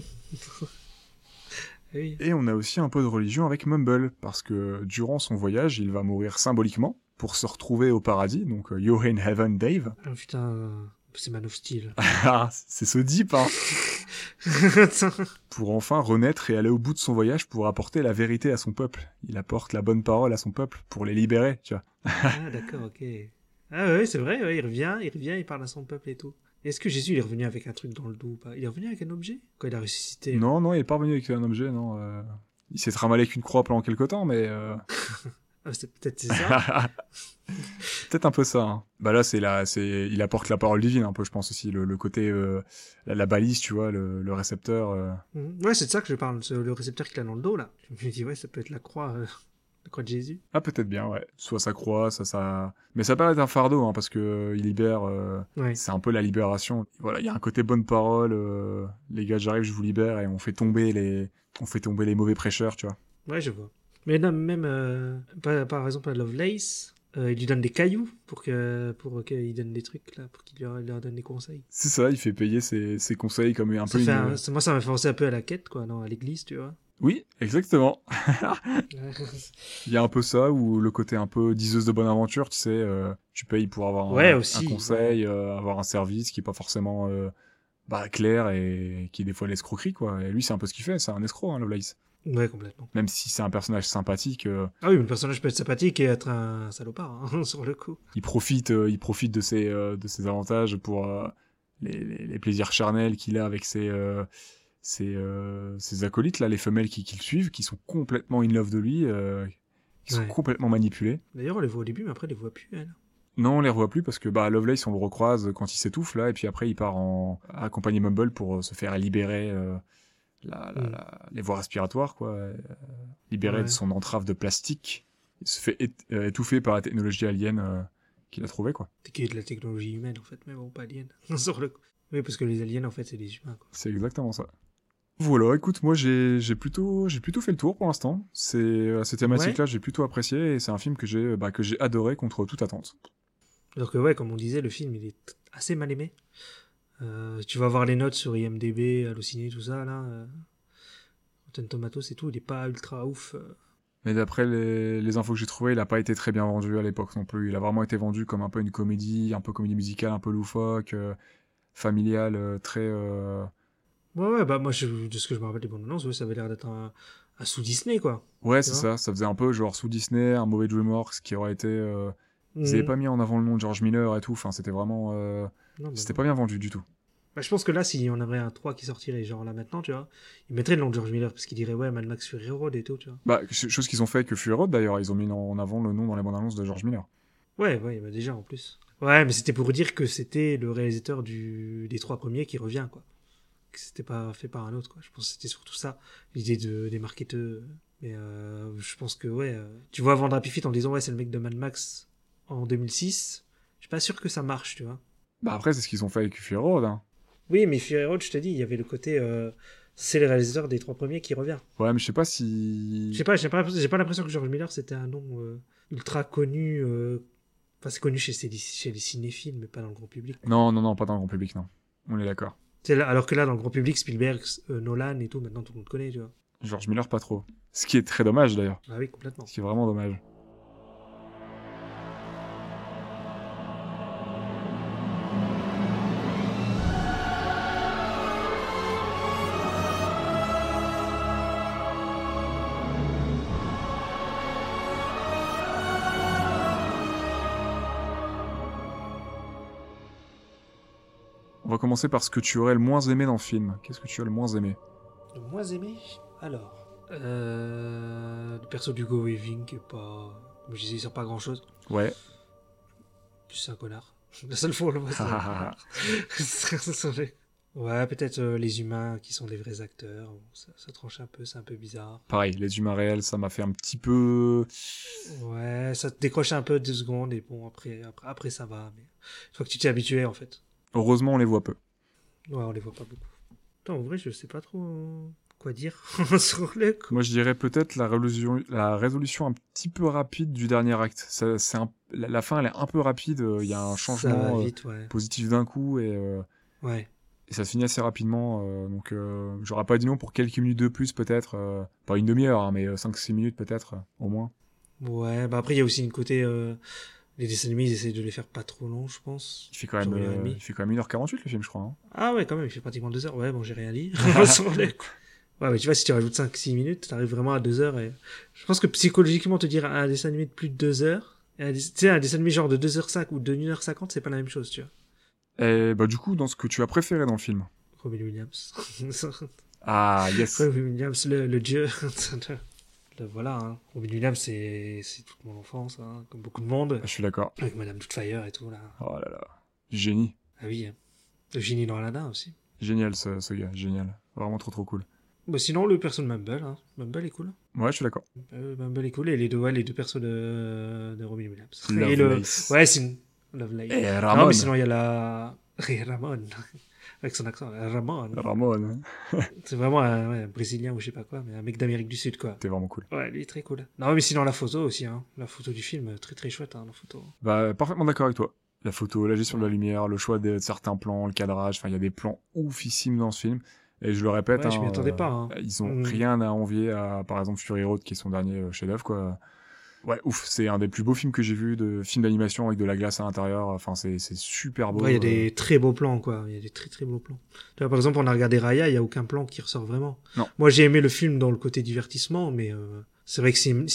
[SPEAKER 1] Eh oui.
[SPEAKER 2] Et on a aussi un peu de religion avec Mumble, parce que durant son voyage, il va mourir symboliquement pour se retrouver au paradis, donc euh, You're in Heaven, Dave.
[SPEAKER 1] Ah, putain, C'est Man of Steel.
[SPEAKER 2] Ah, c'est ce deep, hein.
[SPEAKER 1] Ah,
[SPEAKER 2] Pour enfin renaître et aller au bout de son voyage pour apporter la vérité à son peuple. Il apporte la bonne parole à son peuple pour les libérer, tu vois.
[SPEAKER 1] ah, d'accord, ok. Ah, ouais, c'est vrai, ouais, il revient, il revient, il parle à son peuple et tout. Est-ce que Jésus il est revenu avec un truc dans le dos ou pas Il est revenu avec un objet Quand il a ressuscité là.
[SPEAKER 2] Non, non, il est pas revenu avec un objet, non. euh, Il s'est tramallé avec une croix pendant quelque temps, mais euh,
[SPEAKER 1] Ah, c'est peut-être c'est ça.
[SPEAKER 2] peut-être un peu ça. hein. Bah là, c'est là, c'est il apporte la parole divine un peu, je pense aussi le, le côté euh, la, la balise, tu vois, le, le récepteur. euh.
[SPEAKER 1] Mhm. ouais, c'est de ça que je parle, ce- le récepteur qu'il a dans le dos là. Je me dis, ouais, ça peut être la croix, euh, la croix de Jésus.
[SPEAKER 2] Ah peut-être bien, ouais. Soit sa croix, ça, ça. Mais ça paraît être un fardeau, hein, parce que euh, il libère. euh,
[SPEAKER 1] Ouais.
[SPEAKER 2] C'est un peu la libération. Voilà, il y a un côté bonne parole. euh, les gars, j'arrive, je vous libère et on fait tomber les, on fait tomber les mauvais prêcheurs, tu vois.
[SPEAKER 1] Ouais, je vois. Mais non, même euh, par, par exemple à Lovelace, euh, il lui donne des cailloux pour que pour qu'il donne des trucs là, pour qu'il leur, leur donne des conseils.
[SPEAKER 2] C'est ça, il fait payer ses, ses conseils comme un
[SPEAKER 1] Ça
[SPEAKER 2] peu une.
[SPEAKER 1] fait un- ça- moi, ça m'a fait penser un peu à la quête, quoi, non, à l'église, tu vois.
[SPEAKER 2] Oui, exactement. Il y a un peu ça ou le côté un peu diseuse de bonne aventure, tu sais, euh, tu payes pour avoir un,
[SPEAKER 1] Ouais, aussi,
[SPEAKER 2] un conseil, euh, avoir un service qui est pas forcément euh, bah, clair et qui est des fois l'escroquerie quoi. Et lui, c'est un peu ce qu'il fait, c'est un escroc, hein, Lovelace.
[SPEAKER 1] ouais, complètement.
[SPEAKER 2] Même si c'est un personnage sympathique, euh,
[SPEAKER 1] Ah oui, mais le personnage peut être sympathique et être un salopard hein, sur le coup.
[SPEAKER 2] il profite, euh, il profite de ses euh, de ses avantages pour euh, les, les- les plaisirs charnels qu'il a avec ses euh, ses, euh, ses acolytes là, les femelles qui, qui le suivent, qui sont complètement in love de lui, euh, qui sont
[SPEAKER 1] Ouais.
[SPEAKER 2] complètement manipulées.
[SPEAKER 1] D'ailleurs, on les voit au début, mais après, on les voit plus. hein, Elle.
[SPEAKER 2] Non, on les revoit plus parce que bah Lovelace on le recroise quand il s'étouffe là et puis après il part en accompagner Mumble pour euh, se faire libérer euh, la- la-
[SPEAKER 1] Mm.
[SPEAKER 2] la- les voies respiratoires quoi, euh, libérer de
[SPEAKER 1] Ouais.
[SPEAKER 2] son entrave de plastique. Il se fait ét- euh, étouffer par la technologie alien euh, qu'il a trouvée quoi.
[SPEAKER 1] C'est qui est de la technologie humaine en fait, mais bon, pas alien sur le coup. Oui, parce que les aliens en fait, c'est des humains. Quoi.
[SPEAKER 2] C'est exactement ça. Voilà, écoute, moi j'ai j'ai plutôt j'ai plutôt fait le tour pour l'instant. C'est euh, cette thématique là, j'ai plutôt apprécié et c'est un film que j'ai bah, que j'ai adoré contre toute attente.
[SPEAKER 1] Alors que ouais, comme on disait, le film il est assez mal aimé. Euh, tu vas voir les notes sur IMDb, Allociné, tout ça là. Euh, Rotten Tomatoes et tout, il est pas ultra ouf. euh.
[SPEAKER 2] Mais d'après les, les infos que j'ai trouvées, il a pas été très bien vendu à l'époque non plus. Il a vraiment été vendu comme un peu une comédie, un peu comédie musicale, un peu loufoque, euh, familiale, euh, très. euh,
[SPEAKER 1] Ouais ouais, bah moi je- de ce que je me rappelle des bandes annonces, ouais, ça avait l'air d'être un, un sous Disney quoi.
[SPEAKER 2] Ouais, c'est
[SPEAKER 1] Ouais.
[SPEAKER 2] ça. Ça faisait un peu genre sous Disney, un mauvais DreamWorks qui aurait été. euh, Ils avaient
[SPEAKER 1] Mm.
[SPEAKER 2] pas mis en avant le nom de George Miller et tout. Enfin, c'était vraiment. euh,
[SPEAKER 1] Non, mais
[SPEAKER 2] C'était
[SPEAKER 1] bon.
[SPEAKER 2] pas bien vendu du tout.
[SPEAKER 1] Bah, je pense que là, si on avait un 3 qui sortirait, genre là maintenant, tu vois, il mettrait le nom de George Miller parce qu'il dirait ouais, Mad Max Fury Road et tout, tu vois.
[SPEAKER 2] Bah, ch- chose qu'ils ont fait que Fury Road d'ailleurs. Ils ont mis en avant le nom dans les bandes annonces de George Miller.
[SPEAKER 1] Ouais, ouais, bah déjà en plus. Ouais, mais c'était pour dire que c'était le réalisateur du... des trois premiers qui revient, quoi. Que c'était pas fait par un autre, quoi. Je pense que c'était surtout ça, l'idée de... des marketeurs. Mais euh, je pense que, ouais, euh, tu vois vendre Happy Feet en disant, ouais, c'est le mec de Mad Max en 2006. Je suis pas sûr que ça marche, tu vois.
[SPEAKER 2] Bah, après, c'est ce qu'ils ont fait avec Fury Road. Hein.
[SPEAKER 1] Oui, mais Fury Road, je te dis, il y avait le côté, euh, c'est le réalisateur des trois premiers qui revient.
[SPEAKER 2] Ouais, mais je sais pas si.
[SPEAKER 1] Je sais pas, j'ai pas, j'ai pas l'impression que George Miller c'était un nom euh, ultra connu. euh, Enfin, c'est connu chez, ses- chez les cinéphiles, mais pas dans le grand public.
[SPEAKER 2] Non, non, non, pas dans le grand public, non. On est d'accord.
[SPEAKER 1] Tu sais, là- alors que là, dans le grand public, Spielberg, euh, Nolan et tout, maintenant tout le monde connaît, tu vois.
[SPEAKER 2] George Miller, pas trop. Ce qui est très dommage d'ailleurs.
[SPEAKER 1] Ah oui, complètement.
[SPEAKER 2] Ce qui est vraiment dommage. On va commencer par ce que tu aurais le moins aimé dans le film. Qu'est-ce que tu as le moins aimé
[SPEAKER 1] Le moins aimé Alors. Euh, le perso d'Hugo Weaving, qui est pas. Comme je disais, il sert pas grand chose.
[SPEAKER 2] Ouais.
[SPEAKER 1] C'est un connard. La seule fois où on le voit, c'est un connard. Ouais, peut-être euh, les humains qui sont des vrais acteurs. Ça, ça tranche un peu, c'est un peu bizarre.
[SPEAKER 2] Pareil, les humains réels, ça m'a fait un petit peu...
[SPEAKER 1] Ouais, ça te décroche un peu deux secondes et bon, après, après, après ça va. Mais une fois que tu t'es habitué, en fait.
[SPEAKER 2] Heureusement, on les voit peu.
[SPEAKER 1] Ouais, on les voit pas beaucoup. Putain, en vrai, je sais pas trop euh, quoi dire sur le coup.
[SPEAKER 2] Moi, je dirais peut-être la résolution, la résolution un petit peu rapide du dernier acte. Ça, c'est un- la, la fin, elle est un peu rapide. euh, Il y a un
[SPEAKER 1] Ça
[SPEAKER 2] changement
[SPEAKER 1] va
[SPEAKER 2] euh,
[SPEAKER 1] vite, ouais.
[SPEAKER 2] positif d'un coup et, euh,
[SPEAKER 1] Ouais.
[SPEAKER 2] et ça se finit assez rapidement. euh, donc, euh, j'aurais pas dit non pour quelques minutes de plus, peut-être. euh, pas une demi-heure, hein, mais 5-6 minutes, peut-être, euh, au euh, moins.
[SPEAKER 1] Ouais, bah après, il y a aussi une côté. euh, Les dessins animés, ils essayent de les faire pas trop longs, je pense.
[SPEAKER 2] Il fait quand même,
[SPEAKER 1] Sur une heure et
[SPEAKER 2] euh,
[SPEAKER 1] demie.
[SPEAKER 2] il fait quand même 1h48 le film, je crois. hein.
[SPEAKER 1] Ah ouais, quand même, il fait pratiquement deux heures. Ouais, bon, j'ai rien dit. Sans les coups. ouais, mais tu vois, si tu rajoutes 5-6 minutes, t'arrives vraiment à deux heures. Et... Je pense que psychologiquement, te dire un dessin animé de plus de deux heures, et un dess- tu sais, un dessin animé genre de 2h05 ou de 1h50, c'est pas la même chose, tu vois.
[SPEAKER 2] Et bah, du coup, dans ce que tu as préféré dans le film.
[SPEAKER 1] Robin Williams.
[SPEAKER 2] Ah, yes.
[SPEAKER 1] Robin Williams, le, le dieu. Le voilà, hein. Robin Williams, c'est c'est toute mon enfance, hein, comme beaucoup de monde.
[SPEAKER 2] Je suis d'accord.
[SPEAKER 1] Avec Madame Doubtfire et tout, là.
[SPEAKER 2] Oh là là. Génie.
[SPEAKER 1] Ah oui, hein. le génie dans Aladdin aussi.
[SPEAKER 2] Génial, ce, ce gars. Génial. Vraiment trop, trop cool.
[SPEAKER 1] Bah, sinon, le perso de Mumble, hein. Mumble est cool.
[SPEAKER 2] Ouais, je suis d'accord.
[SPEAKER 1] Euh, Mumble est cool et les deux, ouais, les deux persos de, de Robin Williams. Et le...
[SPEAKER 2] Lovelace.
[SPEAKER 1] Ouais, c'est une... Lovelace.
[SPEAKER 2] Et
[SPEAKER 1] Non,
[SPEAKER 2] Ramon.
[SPEAKER 1] mais sinon, il y a la... et Ramon. Avec son accent, la Ramon.
[SPEAKER 2] Ramon, hein.
[SPEAKER 1] C'est vraiment un, ouais, un Brésilien ou je sais pas quoi, mais un mec d'Amérique du Sud, quoi.
[SPEAKER 2] t'es vraiment cool.
[SPEAKER 1] Ouais, lui, très cool. Non, mais sinon, la photo aussi, hein. La photo du film, très très chouette, hein, la photo.
[SPEAKER 2] Bah, parfaitement d'accord avec toi. La photo, la gestion de la lumière, le choix de certains plans, le cadrage, enfin, il y a des plans oufissimes dans ce film. Et je le répète,
[SPEAKER 1] Ouais, je
[SPEAKER 2] hein,
[SPEAKER 1] m'y attendais
[SPEAKER 2] euh,
[SPEAKER 1] pas, hein.
[SPEAKER 2] ils ont
[SPEAKER 1] Mm.
[SPEAKER 2] rien à envier à, par exemple, Fury Road, qui est son dernier euh, chef-d'œuvre, quoi. Ouais, ouf, c'est un des plus beaux films que j'ai vu, de films d'animation avec de la glace à l'intérieur. Enfin, c'est c'est super beau.
[SPEAKER 1] Ouais, il y a
[SPEAKER 2] euh,
[SPEAKER 1] des très beaux plans, quoi. Il y a des très très beaux plans. Tu vois, par exemple, on a regardé Raya, il n'y a aucun plan qui ressort vraiment.
[SPEAKER 2] Non.
[SPEAKER 1] Moi, j'ai aimé le film dans le côté divertissement, mais euh, c'est vrai que cin-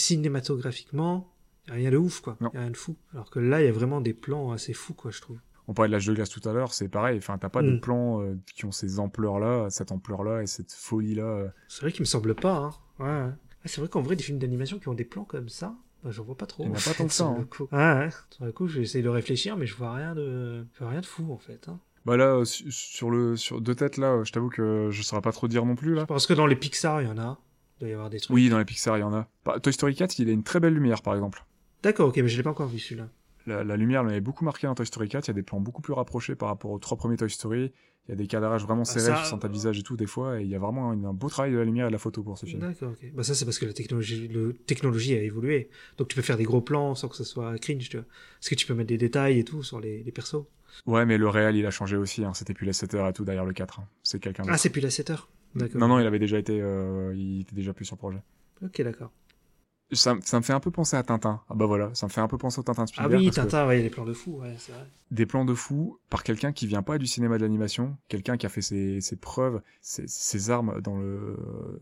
[SPEAKER 1] cinématographiquement, il n'y a rien de ouf, quoi. Il
[SPEAKER 2] Non.
[SPEAKER 1] n'y a rien de fou. Alors que là, il y a vraiment des plans assez fous, quoi, je trouve.
[SPEAKER 2] On parlait de l'âge de glace tout à l'heure, c'est pareil. Enfin, t'as pas de
[SPEAKER 1] Mm.
[SPEAKER 2] plans euh, qui ont ces ampleurs-là, cette ampleur-là et cette folie-là. euh.
[SPEAKER 1] C'est vrai qu'il me semble pas, hein. Ouais, ouais. Ah, c'est vrai qu'en vrai, des films d'animation qui ont des plans comme ça, bah, j'en vois pas trop.
[SPEAKER 2] Il y en a
[SPEAKER 1] en
[SPEAKER 2] pas
[SPEAKER 1] fait,
[SPEAKER 2] tant que ça,
[SPEAKER 1] sur le
[SPEAKER 2] hein.
[SPEAKER 1] coup. Ouais, ouais. Sur le coup, j'essaie de réfléchir, mais je vois rien de, je vois rien de fou, en fait. Hein.
[SPEAKER 2] Bah là, euh, su- sur le, sur deux têtes là, euh, je t'avoue que je saurais pas trop dire non plus là.
[SPEAKER 1] Je pense que dans les Pixar, il y en a. Il doit y avoir des trucs.
[SPEAKER 2] Oui, dans les Pixar, il y en a. Bah, Toy Story 4, il a une très belle lumière, par exemple.
[SPEAKER 1] D'accord, ok, mais je l'ai pas encore vu celui-là.
[SPEAKER 2] La, la lumière m'avait beaucoup marqué dans Toy Story 4. Il y a des plans beaucoup plus rapprochés par rapport aux trois premiers Toy Story. Il y a des cadrages vraiment serrés
[SPEAKER 1] ça,
[SPEAKER 2] sur certains
[SPEAKER 1] euh,
[SPEAKER 2] visages et tout, des fois. Et il y a vraiment un, un beau travail de la lumière et de la photo pour ce film.
[SPEAKER 1] D'accord, ok. Bah ça c'est parce que la technologie, le, technologie a évolué. Donc tu peux faire des gros plans sans que ce soit cringe, tu vois. Parce que tu peux mettre des détails et tout sur les, les persos.
[SPEAKER 2] Ouais, mais le réel, il a changé aussi. Hein. C'était plus la 7 heures et tout derrière le 4. hein. C'est quelqu'un
[SPEAKER 1] Ah
[SPEAKER 2] d'autre.
[SPEAKER 1] c'est plus la 7 heures. Ah, D'accord.
[SPEAKER 2] non, non, il avait déjà été. euh, il était déjà plus sur projet.
[SPEAKER 1] Ok, d'accord.
[SPEAKER 2] Ça, ça me fait un peu penser à Tintin. Ah bah voilà, ça me fait un peu penser au Tintin de
[SPEAKER 1] Ah
[SPEAKER 2] Spielberg.
[SPEAKER 1] oui,
[SPEAKER 2] parce que-
[SPEAKER 1] Tintin, ouais, il y a les plans de fou, ouais, c'est vrai.
[SPEAKER 2] des plans de fou par quelqu'un qui vient pas du cinéma de l'animation, quelqu'un qui a fait ses, ses preuves, ses, ses armes dans le,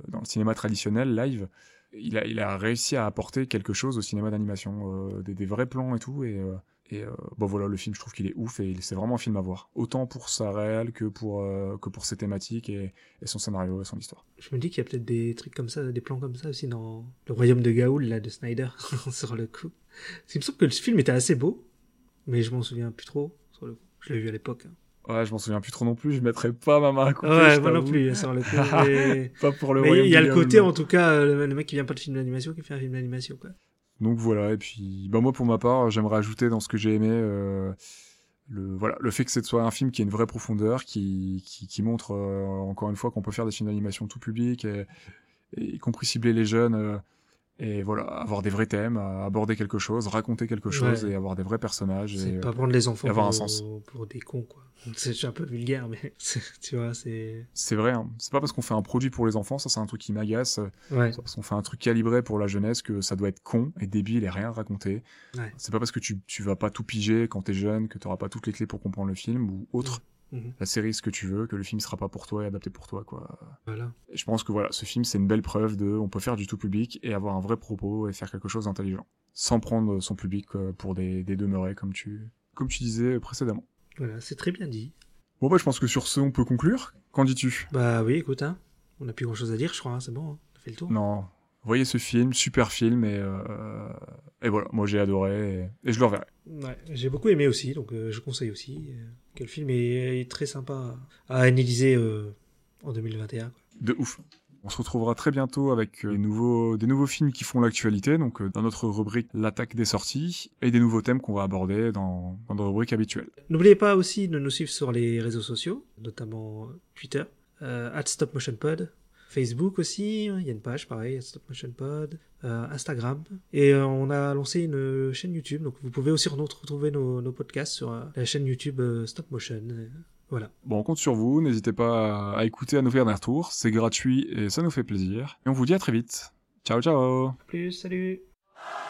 [SPEAKER 2] dans le cinéma traditionnel, live. Il a, il a réussi à apporter quelque chose au cinéma d'animation, euh, des, des vrais plans et tout. Et, euh, et euh, bon voilà, le film, je trouve qu'il est ouf et il- c'est vraiment un film à voir. Autant pour sa réelle que pour, euh, que pour ses thématiques et, et son scénario et son histoire.
[SPEAKER 1] Je me dis qu'il y a peut-être des trucs comme ça, des plans comme ça aussi dans le royaume de Gaoul, là, de Snyder, sur le coup. Parce qu'il me semble que le film était assez beau, mais je m'en souviens plus trop, sur le coup. Je l'ai vu à l'époque. hein.
[SPEAKER 2] Ouais, je m'en souviens plus trop non plus, je mettrai pas ma main à couper.
[SPEAKER 1] ouais,
[SPEAKER 2] je
[SPEAKER 1] moi non
[SPEAKER 2] t'avoue.
[SPEAKER 1] plus, hein, sur le coup. mais-
[SPEAKER 2] Pas pour le hein,
[SPEAKER 1] Mais il y a
[SPEAKER 2] Royaume
[SPEAKER 1] le
[SPEAKER 2] du
[SPEAKER 1] côté,
[SPEAKER 2] Lion.
[SPEAKER 1] en tout cas, euh, le le mec qui vient pas de film d'animation, qui fait un film d'animation, quoi.
[SPEAKER 2] Donc voilà, et puis bah moi pour ma part, j'aimerais ajouter dans ce que j'ai aimé euh, le, voilà, le fait que ce soit un film qui a une vraie profondeur, qui, qui, qui montre euh, encore une fois qu'on peut faire des films d'animation tout public, et, et y compris cibler les jeunes, euh, et voilà, avoir des vrais thèmes, à aborder quelque chose, raconter quelque chose,
[SPEAKER 1] Ouais.
[SPEAKER 2] et avoir des vrais personnages.
[SPEAKER 1] C'est
[SPEAKER 2] et,
[SPEAKER 1] de
[SPEAKER 2] euh,
[SPEAKER 1] pas prendre les enfants
[SPEAKER 2] d'avoir un
[SPEAKER 1] pour, euh,
[SPEAKER 2] sens.
[SPEAKER 1] pour des cons, quoi. C'est je suis un peu vulgaire, mais c'est- tu vois, c'est.
[SPEAKER 2] C'est vrai, hein. c'est pas parce qu'on fait un produit pour les enfants, ça c'est un truc qui m'agace,
[SPEAKER 1] Ouais.
[SPEAKER 2] C'est pas parce qu'on fait un truc calibré pour la jeunesse que ça doit être con et débile et rien raconter.
[SPEAKER 1] Ouais.
[SPEAKER 2] C'est pas parce que tu, tu vas pas tout piger quand t'es jeune, que t'auras pas toutes les clés pour comprendre le film ou autre.
[SPEAKER 1] Mhm.
[SPEAKER 2] La série, ce que tu veux, que le film sera pas pour toi et adapté pour toi, quoi.
[SPEAKER 1] Voilà.
[SPEAKER 2] Et je pense que voilà, ce film, c'est une belle preuve de on peut faire du tout public et avoir un vrai propos et faire quelque chose d'intelligent. Sans prendre son public euh, pour des, des demeurés, comme tu, comme tu disais précédemment.
[SPEAKER 1] Voilà, c'est très bien dit.
[SPEAKER 2] Bon, bah, je pense que sur ce, on peut conclure. Qu'en dis-tu?
[SPEAKER 1] Bah oui, écoute, hein. On n'a plus grand chose à dire, je crois, hein, c'est bon, hein. on a fait le tour.
[SPEAKER 2] Non. Voyez ce film, super film, et, euh, et voilà, moi j'ai adoré, et, et je le reverrai.
[SPEAKER 1] Ouais, j'ai beaucoup aimé aussi, donc euh, je conseille aussi. euh, que le film est, est très sympa à analyser euh, en 2021. quoi.
[SPEAKER 2] De ouf. On se retrouvera très bientôt avec euh, des, nouveaux, des nouveaux films qui font l'actualité, donc euh, dans notre rubrique L'attaque des sorties, et des nouveaux thèmes qu'on va aborder dans, dans nos rubriques habituelles.
[SPEAKER 1] N'oubliez pas aussi de nous suivre sur les réseaux sociaux, notamment Twitter, euh, @stopmotionpod, Facebook aussi, hein, il y a une page pareil, @stopmotionpod, euh, Instagram, et euh, on a lancé une euh, chaîne YouTube, donc vous pouvez aussi re- retrouver nos, nos podcasts sur euh, la chaîne YouTube euh, Stop Motion. euh, Voilà.
[SPEAKER 2] Bon, on compte sur vous, n'hésitez pas à, à écouter, à nous faire des retours, c'est gratuit et ça nous fait plaisir. Et on vous dit à très vite. Ciao ciao
[SPEAKER 1] Plus, salut.
[SPEAKER 6] Stop